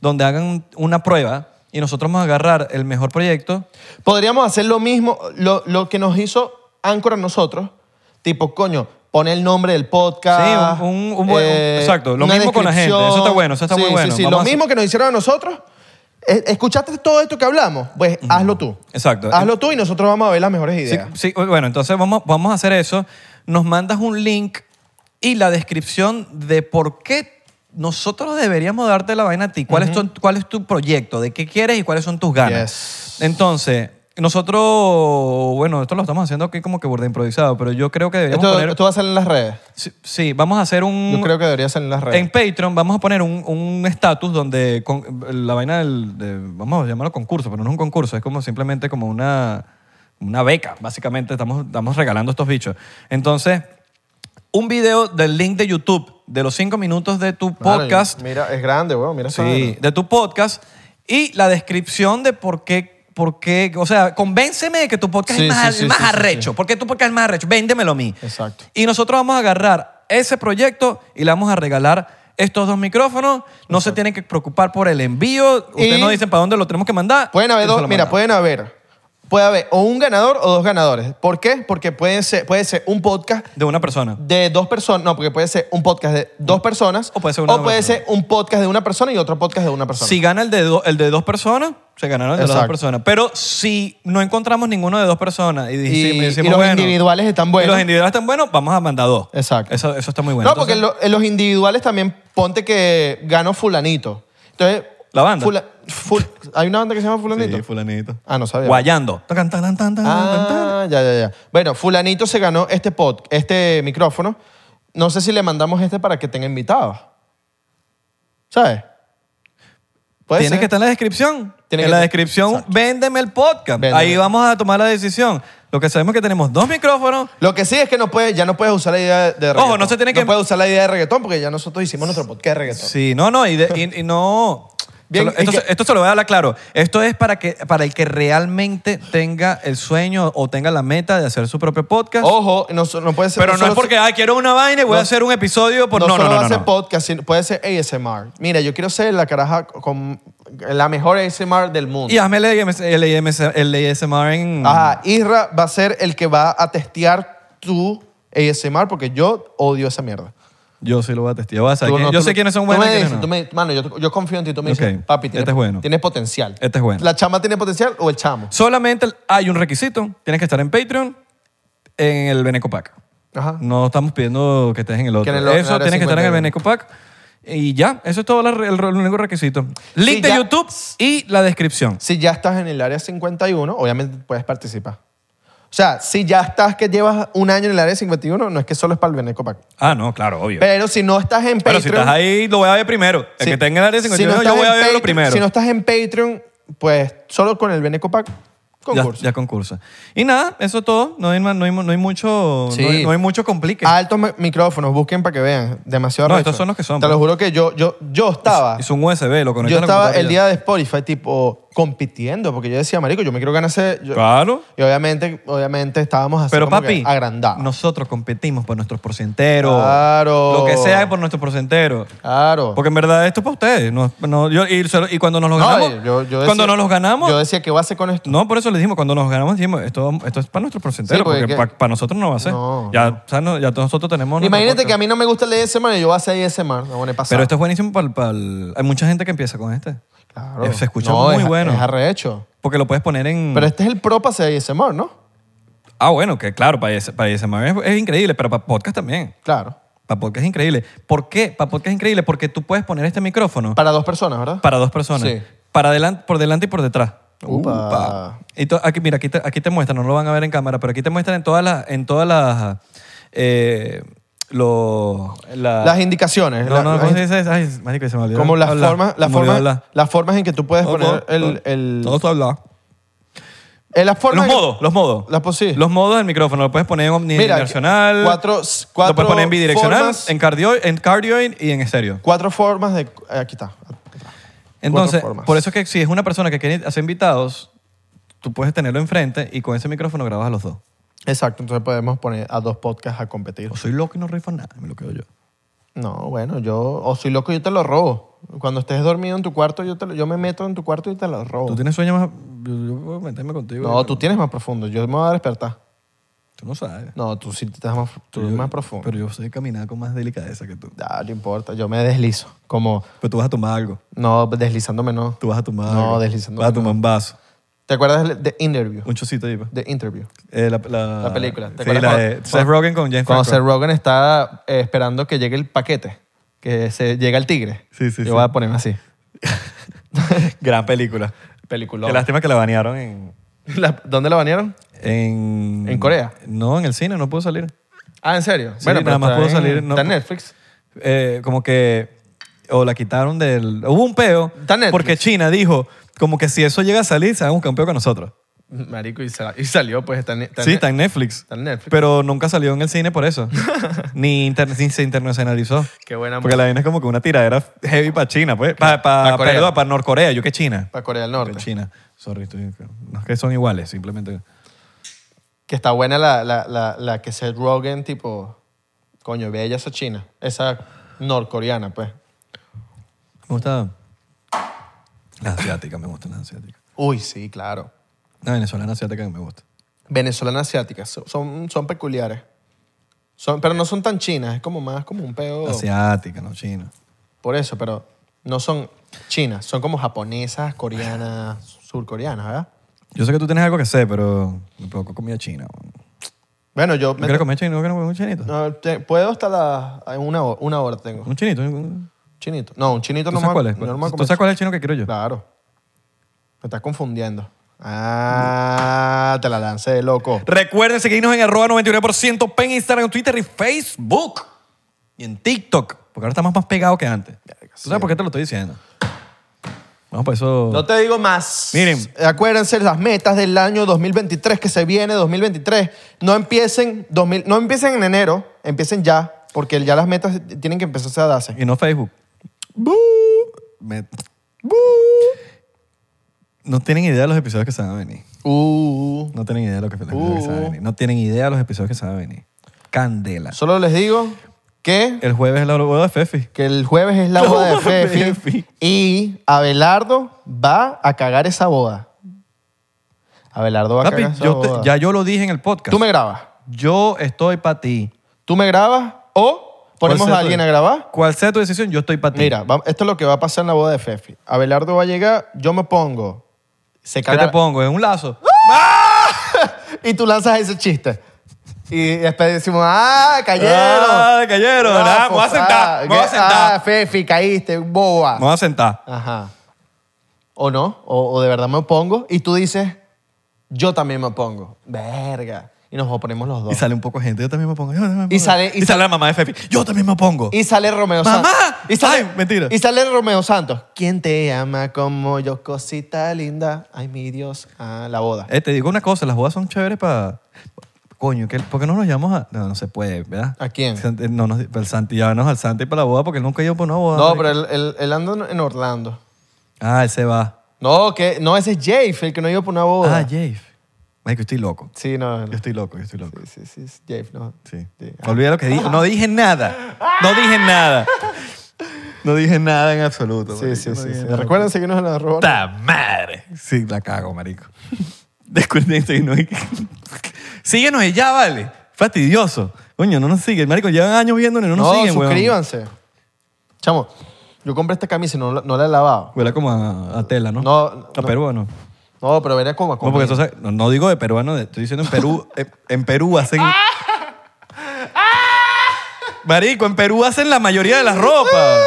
Speaker 1: donde hagan una prueba y nosotros vamos a agarrar el mejor proyecto.
Speaker 2: pues. Podríamos hacer lo mismo, lo, lo que nos hizo Anchor a nosotros. Tipo, coño, pone el nombre del podcast. eh,
Speaker 1: Sí, un- un- un buen- exacto, lo
Speaker 2: una
Speaker 1: mismo con la gente, eso está bueno, eso está
Speaker 2: Sí,
Speaker 1: muy bueno,
Speaker 2: Sí, sí,
Speaker 1: vamos
Speaker 2: lo
Speaker 1: a hacer-
Speaker 2: mismo que nos hicieron a nosotros. Eh, ¿Escuchaste todo esto que hablamos? Pues hazlo tú.
Speaker 1: Mm, Exacto.
Speaker 2: Hazlo tú y nosotros vamos a ver las mejores
Speaker 1: Sí,
Speaker 2: ideas.
Speaker 1: sí, bueno, entonces vamos, vamos a hacer eso. Nos mandas un link y la descripción de por qué nosotros deberíamos darte la vaina a ti. ¿Cuál, es, tu, cuál es tu proyecto? ¿De qué quieres y cuáles son tus ganas?
Speaker 2: Yes.
Speaker 1: Entonces, nosotros, bueno, esto lo estamos haciendo aquí como que burda improvisado, pero yo creo que deberíamos
Speaker 2: Esto,
Speaker 1: poner...
Speaker 2: esto va a salir en las redes.
Speaker 1: sí, sí, vamos a hacer un...
Speaker 2: Yo creo que debería salir en las redes.
Speaker 1: En Patreon vamos a poner un un estatus donde con- la vaina del, de- vamos a llamarlo concurso, pero no es un concurso, es como simplemente como una, una beca, básicamente estamos, estamos regalando estos bichos. Entonces, un video del link de YouTube de los cinco minutos de tu
Speaker 2: Mano,
Speaker 1: podcast,
Speaker 2: Mira, es grande, weón. Mira esa
Speaker 1: sí,
Speaker 2: vaina.
Speaker 1: de tu podcast y la descripción de por qué, por qué, o sea, convénceme de que tu podcast
Speaker 2: Sí,
Speaker 1: es más,
Speaker 2: sí, sí,
Speaker 1: más
Speaker 2: sí, sí,
Speaker 1: arrecho, ¿por qué tu podcast es más arrecho? Véndemelo a mí.
Speaker 2: Exacto.
Speaker 1: Y nosotros vamos a agarrar ese proyecto y le vamos a regalar estos dos micrófonos. No se tienen que preocupar por el envío. Ustedes
Speaker 2: Y-
Speaker 1: no dicen para dónde lo tenemos que mandar.
Speaker 2: Pueden haber
Speaker 1: Eso
Speaker 2: dos,
Speaker 1: lo
Speaker 2: mira,
Speaker 1: mandamos.
Speaker 2: pueden haber. Puede haber o un ganador o dos ganadores. ¿Por qué? Porque puede ser, puede ser un podcast
Speaker 1: De una persona.
Speaker 2: de dos personas. No, porque puede ser un podcast de dos personas.
Speaker 1: O puede ser una
Speaker 2: o puede
Speaker 1: persona.
Speaker 2: ser un podcast de una persona y otro podcast de una persona.
Speaker 1: Si gana el de, do- el de dos personas, se ganaron el de las dos
Speaker 2: Exacto.
Speaker 1: personas. Pero si no encontramos ninguno de dos personas y,
Speaker 2: Y-
Speaker 1: dic- decimos,
Speaker 2: y los
Speaker 1: bueno,
Speaker 2: individuales
Speaker 1: y
Speaker 2: están
Speaker 1: los
Speaker 2: buenos.
Speaker 1: individuales están buenos, vamos a mandar dos.
Speaker 2: Exacto.
Speaker 1: Eso, eso está muy bueno.
Speaker 2: no, porque
Speaker 1: Entonces,
Speaker 2: lo- en los individuales también ponte que ganó fulanito. Entonces.
Speaker 1: ¿La banda?
Speaker 2: Fula- Ful- ¿Hay una banda que se llama Fulanito?
Speaker 1: Sí, fulanito.
Speaker 2: Ah, no sabía.
Speaker 1: Guayando. Tocan, tan, tan, tan, tan, tan.
Speaker 2: Ah, ya, ya, ya. Bueno, fulanito se ganó este pod, este micrófono. No sé si le mandamos este para que tenga invitados. ¿Sabes? Puede
Speaker 1: Tiene
Speaker 2: ser.
Speaker 1: que estar en la descripción.
Speaker 2: Tiene
Speaker 1: en
Speaker 2: que
Speaker 1: la
Speaker 2: estar.
Speaker 1: descripción, véndeme el podcast.
Speaker 2: Véndeme.
Speaker 1: Ahí vamos a tomar la decisión. Lo que sabemos es que tenemos dos micrófonos.
Speaker 2: Lo que sí es que no puedes, ya no puedes usar la idea de reggaetón.
Speaker 1: no se tiene que-
Speaker 2: puedes usar la idea de reggaetón porque ya nosotros hicimos nuestro podcast de reggaetón.
Speaker 1: Sí, no, no, y, de- y- y no.
Speaker 2: [LAUGHS] Bien,
Speaker 1: Solo-
Speaker 2: y
Speaker 1: esto,
Speaker 2: que-
Speaker 1: se- esto se lo voy a hablar claro. Esto es para, que, para el que realmente tenga el sueño o tenga la meta de hacer su propio podcast.
Speaker 2: Ojo, no, so- no puede ser.
Speaker 1: pero no es
Speaker 2: Oh, solo-
Speaker 1: porque, ah, quiero una vaina y voy
Speaker 2: No-
Speaker 1: a hacer un episodio por...
Speaker 2: no,
Speaker 1: No, no,
Speaker 2: solo
Speaker 1: no,
Speaker 2: va a
Speaker 1: no.
Speaker 2: ser podcast, sino- puede ser ASMR. Mira, yo quiero ser la caraja con la mejor ASMR del mundo.
Speaker 1: Y hazme el, AMS el AMS el ASMR en...
Speaker 2: Ajá, Isra va a ser el que va a testear tu ASMR porque yo odio esa mierda.
Speaker 1: Yo sí lo voy a testear. Voy a saber
Speaker 2: Tú
Speaker 1: quién-
Speaker 2: no-
Speaker 1: yo
Speaker 2: tú
Speaker 1: sé
Speaker 2: me-
Speaker 1: quiénes son
Speaker 2: tú me
Speaker 1: buenos y quiénes
Speaker 2: dices,
Speaker 1: no.
Speaker 2: tú me- mano, yo, yo confío en ti. Tú me dices,
Speaker 1: Ok,
Speaker 2: papi, tienes,
Speaker 1: este es bueno.
Speaker 2: tienes potencial.
Speaker 1: Este es bueno.
Speaker 2: ¿La chama tiene potencial o el chamo?
Speaker 1: Solamente el- hay un requisito. Tienes que estar en Patreon, en el Benecopac.
Speaker 2: Ajá.
Speaker 1: No estamos pidiendo que estés en el otro.
Speaker 2: Que en el otro,
Speaker 1: eso
Speaker 2: ahora
Speaker 1: tienes que estar en el
Speaker 2: 51.
Speaker 1: Benecopac. Y ya, eso es todo la- el, el único requisito. Link
Speaker 2: Sí,
Speaker 1: de
Speaker 2: ya.
Speaker 1: YouTube y la descripción.
Speaker 2: Si ya estás en el área 51, obviamente puedes participar. O sea, si ya estás que llevas un año en el área 51, no es que solo es para el Benecopac.
Speaker 1: Ah, no, claro, obvio. Pero,
Speaker 2: Pero si no estás en Patreon...
Speaker 1: si estás ahí, lo voy a ver primero. El
Speaker 2: si-
Speaker 1: que esté en el área
Speaker 2: si
Speaker 1: 51, yo
Speaker 2: no estás
Speaker 1: voy
Speaker 2: en
Speaker 1: a verlo
Speaker 2: Patreon-
Speaker 1: primero.
Speaker 2: Si no estás en Patreon, pues solo con el Benecopac, concurso.
Speaker 1: Ya, ya concurso. Y nada, eso es todo. No hay, ma- no hay, mu- no hay mucho,
Speaker 2: Sí. Ah,
Speaker 1: no hay, no hay mucho complique.
Speaker 2: Altos mi- micrófonos, busquen para que vean. Demasiado
Speaker 1: No,
Speaker 2: arrecho.
Speaker 1: estos son los que son,
Speaker 2: Te
Speaker 1: pues.
Speaker 2: lo juro que yo, yo, yo estaba...
Speaker 1: es un USB, lo conectas
Speaker 2: Yo
Speaker 1: a la
Speaker 2: estaba
Speaker 1: computadora y
Speaker 2: el
Speaker 1: ya.
Speaker 2: día de Spotify, tipo, compitiendo, porque yo decía, marico, yo me quiero ganar ese... yo-
Speaker 1: Claro.
Speaker 2: Y obviamente, obviamente estábamos así
Speaker 1: Pero
Speaker 2: como
Speaker 1: papi,
Speaker 2: que agrandados.
Speaker 1: nosotros competimos por nuestros porcenteros.
Speaker 2: Claro.
Speaker 1: Lo que sea por nuestros porcenteros.
Speaker 2: Claro.
Speaker 1: Porque en verdad esto es para ustedes. No, no, yo- y, se lo- y cuando nos los
Speaker 2: No, eh,
Speaker 1: ganamos,
Speaker 2: yo- yo decía-
Speaker 1: cuando nos los ganamos,
Speaker 2: Yo decía, ¿qué voy a hacer con esto?
Speaker 1: No, por eso le dijimos, cuando nos ganamos, dijimos, esto, esto es para nuestros porcenteros,
Speaker 2: Sí, porque
Speaker 1: porque
Speaker 2: que-
Speaker 1: para nosotros no va a ser.
Speaker 2: No,
Speaker 1: ya, o sea, no- ya todos nosotros tenemos. nuestro
Speaker 2: Imagínate que a
Speaker 1: podcast.
Speaker 2: mí no me gusta el ASMR y yo voy a hacer ASMR. No, bueno, he pasado.
Speaker 1: Pero esto es buenísimo para el. para el- Hay mucha gente que empieza con este.
Speaker 2: Claro.
Speaker 1: Se escucha
Speaker 2: No,
Speaker 1: muy
Speaker 2: es-
Speaker 1: bueno. Mm.
Speaker 2: Es arrecho.
Speaker 1: Porque lo puedes poner en.
Speaker 2: Pero este es el pro para hacer ASMR, ¿no?
Speaker 1: Ah, bueno, que claro, para ese, para ese es, es increíble, pero para podcast también.
Speaker 2: Claro.
Speaker 1: Para podcast es increíble. ¿Por qué? Para podcast es increíble porque tú puedes poner este micrófono para,
Speaker 2: Para dos personas, ¿verdad?
Speaker 1: dos personas.
Speaker 2: Sí.
Speaker 1: Para delan- por delante y por detrás.
Speaker 2: Upa.
Speaker 1: Y to- aquí, mira, aquí te, aquí te muestran, no lo van a ver en cámara, pero aquí te muestran en todas las. En todas las eh, lo- la-
Speaker 2: Las indicaciones.
Speaker 1: No,
Speaker 2: la-
Speaker 1: no,
Speaker 2: la
Speaker 1: ¿cómo se
Speaker 2: gente-
Speaker 1: dice? Ay, marico, se me olvidó.
Speaker 2: como las
Speaker 1: hablar.
Speaker 2: formas,
Speaker 1: Se
Speaker 2: las
Speaker 1: me olvidó
Speaker 2: formas,
Speaker 1: hablar.
Speaker 2: las formas en que tú puedes
Speaker 1: Todo,
Speaker 2: poner
Speaker 1: todo,
Speaker 2: el, el-
Speaker 1: todo está hablado.
Speaker 2: eh, las
Speaker 1: Los
Speaker 2: formas en que-
Speaker 1: modos, los modos.
Speaker 2: Las pos- sí.
Speaker 1: Los modos del micrófono. Lo puedes poner en omnidireccional.
Speaker 2: Mira, cuatro-
Speaker 1: lo puedes poner en bidireccional,
Speaker 2: cuatro formas-
Speaker 1: en cardioid, en cardioid y en estéreo.
Speaker 2: Cuatro formas de eh, aquí está.
Speaker 1: Entonces,
Speaker 2: formas.
Speaker 1: por eso es que si es una persona que quiere hacer invitados, tú puedes tenerlo enfrente y con ese micrófono grabas a los dos.
Speaker 2: Exacto, entonces podemos poner a dos podcasts a competir.
Speaker 1: O soy loco y no rifo nada, me lo quedo yo.
Speaker 2: No, bueno, yo o soy loco yo te lo robo. Cuando estés dormido en tu cuarto, yo, te lo- yo me meto en tu cuarto y te lo robo.
Speaker 1: Tú tienes sueños más... Yo, yo puedo meterme contigo.
Speaker 2: Oh. no,
Speaker 1: ahí,
Speaker 2: tú
Speaker 1: pero
Speaker 2: tienes más profundo. Yo me voy a despertar.
Speaker 1: Tú no sabes.
Speaker 2: No, tú sí te estás más, tú
Speaker 1: Yo-
Speaker 2: más profundo.
Speaker 1: Pero yo sé caminar con más delicadeza que tú.
Speaker 2: Ah, no importa, yo me deslizo. Como,
Speaker 1: Pero tú vas a tomar algo.
Speaker 2: no, deslizándome no.
Speaker 1: Tú vas a tomar
Speaker 2: No,
Speaker 1: algo.
Speaker 2: deslizando
Speaker 1: Vas a
Speaker 2: no.
Speaker 1: tomar un vaso.
Speaker 2: ¿Te acuerdas de Interview?
Speaker 1: Un chocito ahí. pues.
Speaker 2: De Interview.
Speaker 1: Eh, la, la,
Speaker 2: La película. ¿Te
Speaker 1: sí,
Speaker 2: acuerdas
Speaker 1: la
Speaker 2: cuando-
Speaker 1: de Seth
Speaker 2: cuando-
Speaker 1: Rogen con James
Speaker 2: Cuando
Speaker 1: Franco.
Speaker 2: Seth Rogen está eh, esperando que llegue el paquete, que se llega el tigre.
Speaker 1: Sí, sí,
Speaker 2: Yo
Speaker 1: sí.
Speaker 2: voy a ponerme así.
Speaker 1: [LAUGHS] Gran película.
Speaker 2: Película.
Speaker 1: Qué lástima que la banearon en,
Speaker 2: [LAUGHS] La- ¿Dónde la banearon?
Speaker 1: en...
Speaker 2: ¿En Corea?
Speaker 1: No, en el cine, no pudo salir.
Speaker 2: Ah, ¿en serio?
Speaker 1: Sí, nada más
Speaker 2: está
Speaker 1: pudo
Speaker 2: en-
Speaker 1: salir, no-
Speaker 2: Está en Netflix.
Speaker 1: Eh, como que... O la quitaron del... Hubo un peo.
Speaker 2: Está en Netflix.
Speaker 1: Porque China dijo como que si eso llega a salir, se van a buscar un peo con nosotros.
Speaker 2: Marico, y, sal- y salió, pues está en, está en-
Speaker 1: sí, está en Netflix.
Speaker 2: está en Netflix.
Speaker 1: Pero nunca salió en el cine por
Speaker 2: [LAUGHS]
Speaker 1: eso. ni, inter- ni se internacionalizó.
Speaker 2: Qué buena
Speaker 1: Porque la vaina es como que una tiradera heavy para China, pues. Para
Speaker 2: Pa' Corea.
Speaker 1: perdón, para Norcorea. Yo que China.
Speaker 2: Para Corea
Speaker 1: En
Speaker 2: del Norte.
Speaker 1: China. Sorry, estoy... No es que son iguales, simplemente...
Speaker 2: Que está buena la, la, la, la que Seth Rogen, tipo, coño, bella esa china, esa norcoreana, pues.
Speaker 1: Me gusta... Las asiáticas, me gustan las asiáticas.
Speaker 2: Uy, sí, claro.
Speaker 1: La venezolana asiática que me gusta.
Speaker 2: Venezolana asiática, so- son, son peculiares. Son, pero no son tan chinas, es como más como un pedo.
Speaker 1: Asiática, no china.
Speaker 2: Por eso, pero no son chinas, son como japonesas, coreanas, surcoreanas, ¿verdad?
Speaker 1: Yo sé que tú tienes algo que sé, pero me provocó comida china. weón.
Speaker 2: Bueno, yo
Speaker 1: ¿No quieres comer chino? ¿No quieres comer un chinito?
Speaker 2: no, te- puedo hasta la, ay, una, hora- una hora tengo.
Speaker 1: Un chinito. un-
Speaker 2: Chinito. No, un chinito
Speaker 1: ¿Tú
Speaker 2: no
Speaker 1: sabes
Speaker 2: me-
Speaker 1: cuál es?
Speaker 2: yo no me
Speaker 1: ¿Tú
Speaker 2: como-
Speaker 1: sabes cuál es el chino que quiero yo?
Speaker 2: Claro. Me estás confundiendo. Ah, te la lancé, loco.
Speaker 1: Recuerden seguirnos en arroba 99% en Instagram, en Twitter y Facebook. Y en TikTok. Porque ahora estamos más pegados que antes. ¿Tú sabes por qué te lo estoy diciendo? Vamos para eso.
Speaker 2: No te digo más.
Speaker 1: Miren.
Speaker 2: Acuérdense las metas del año 2023 que se viene, 2023. No empiecen, 2000 no empiecen en enero, empiecen ya, porque ya las metas tienen que empezarse a darse.
Speaker 1: Y no Facebook. Me- No tienen idea de los episodios que se van a venir.
Speaker 2: Uh,
Speaker 1: No tienen idea de los que- los episodios que se van a venir. No tienen idea de los episodios que se van a venir. Candela.
Speaker 2: Solo les digo que,
Speaker 1: El jueves es la boda de Fefi.
Speaker 2: que el jueves es la
Speaker 1: [LAUGHS]
Speaker 2: boda de
Speaker 1: No,
Speaker 2: Fefi
Speaker 1: Fefi.
Speaker 2: y Abelardo va a cagar esa boda. Abelardo va a
Speaker 1: Papi,
Speaker 2: cagar esa
Speaker 1: yo te-
Speaker 2: boda.
Speaker 1: ya yo lo dije en el podcast.
Speaker 2: Tú me grabas.
Speaker 1: Yo estoy para ti.
Speaker 2: Tú me grabas o ponemos
Speaker 1: ¿Cuál sea
Speaker 2: a alguien
Speaker 1: tu-
Speaker 2: a grabar.
Speaker 1: ¿Cuál sea tu decisión? Yo estoy para ti.
Speaker 2: Mira, va- esto es lo que va a pasar en la boda de Fefi. Abelardo va a llegar, yo me pongo. Se
Speaker 1: ¿Qué te
Speaker 2: caga.
Speaker 1: pongo? ¿En un lazo?
Speaker 2: y tú lanzas ese chiste. Y después decimos, ah, cayeron.
Speaker 1: Ah, cayeron. Ah, me voy a
Speaker 2: fofá,
Speaker 1: sentar, me voy a
Speaker 2: que-
Speaker 1: sentar.
Speaker 2: Ah, Fefi, caíste,
Speaker 1: Me
Speaker 2: boba.
Speaker 1: voy a sentar.
Speaker 2: Ajá. O no, o, o de verdad me opongo. Y tú dices, yo también me opongo. Verga. Y nos oponemos los dos.
Speaker 1: Y sale un poco de gente. Yo también me pongo. Yo también me
Speaker 2: Y
Speaker 1: pongo.
Speaker 2: sale-
Speaker 1: y
Speaker 2: y
Speaker 1: sale la mamá de Fefi. Yo también me pongo.
Speaker 2: Y sale Romeo
Speaker 1: ¡Mamá!
Speaker 2: Santos. Y sale,
Speaker 1: Ay, mentira.
Speaker 2: Y sale Romeo Santos. ¿Quién te ama como yo, cosita linda? Ay, mi Dios. Ah, la boda.
Speaker 1: Eh, te digo una cosa, las bodas son chéveres para... Coño, ¿qué- ¿por qué no nos llamamos a...? No, no se puede, ¿verdad?
Speaker 2: ¿A quién?
Speaker 1: Sant- No, nos, el Santi, llámanos al Santi para la boda porque él nunca ha ido para una boda.
Speaker 2: No,
Speaker 1: marico.
Speaker 2: pero él, él- él anda en Orlando.
Speaker 1: Ah, él se va.
Speaker 2: No, que, no, ese es Jave, el que no iba por una boda.
Speaker 1: Ah, Jave. Marico, estoy loco.
Speaker 2: Sí, no. no.
Speaker 1: Yo estoy loco, yo estoy loco.
Speaker 2: Sí, sí, sí, es Jave, no.
Speaker 1: Sí.
Speaker 2: Sí.
Speaker 1: Olvida lo que dije. No dije nada. No dije nada. No dije nada en absoluto.
Speaker 2: Sí,
Speaker 1: marico,
Speaker 2: sí,
Speaker 1: no
Speaker 2: sí.
Speaker 1: dije
Speaker 2: sí.
Speaker 1: nada.
Speaker 2: Recuerden seguirnos en la arroba.
Speaker 1: ¡Puta madre! Sí, la cago, marico. [LAUGHS] Descuérdense y no hay que- Síguenos y ya, vale. Fastidioso. Coño, no nos siguen. Marico, llevan años viéndonos y no nos
Speaker 2: No,
Speaker 1: siguen, weón.
Speaker 2: suscríbanse. Chamo, yo compré esta camisa y no, la- no la he lavado.
Speaker 1: Huele como a, a tela, ¿no?
Speaker 2: No,
Speaker 1: A
Speaker 2: no.
Speaker 1: peruano.
Speaker 2: No, pero veré cómo.
Speaker 1: No, porque eso se- no, no digo de peruano, de- estoy diciendo en Perú. en, en Perú hacen. Marico, en Perú hacen la mayoría de las ropas.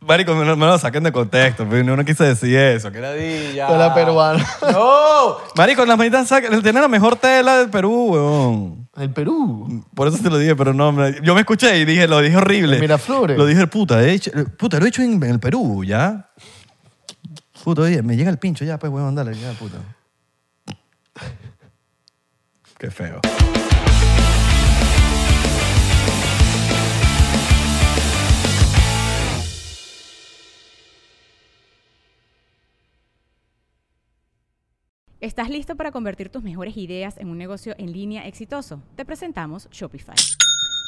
Speaker 1: Marico, me, lo- me lo saquen de contexto. pero Yo no quise decir eso. Que ladilla.
Speaker 2: Con la peruana. [LAUGHS]
Speaker 1: ¡No! Marico, las manitas sacan- tienen la mejor tela del Perú, weón.
Speaker 2: El Perú.
Speaker 1: Por eso te lo dije, pero no, me- yo me escuché y dije, lo dije horrible.
Speaker 2: En Miraflores.
Speaker 1: Lo dije, puta, he hecho- puta, lo he hecho en, en el Perú, ¿ya? Puta, oye, me llega el pincho ya, pues, weón, dale, ya, puta. Qué feo.
Speaker 4: ¿Estás listo para convertir tus mejores ideas en un negocio en línea exitoso? Te presentamos Shopify.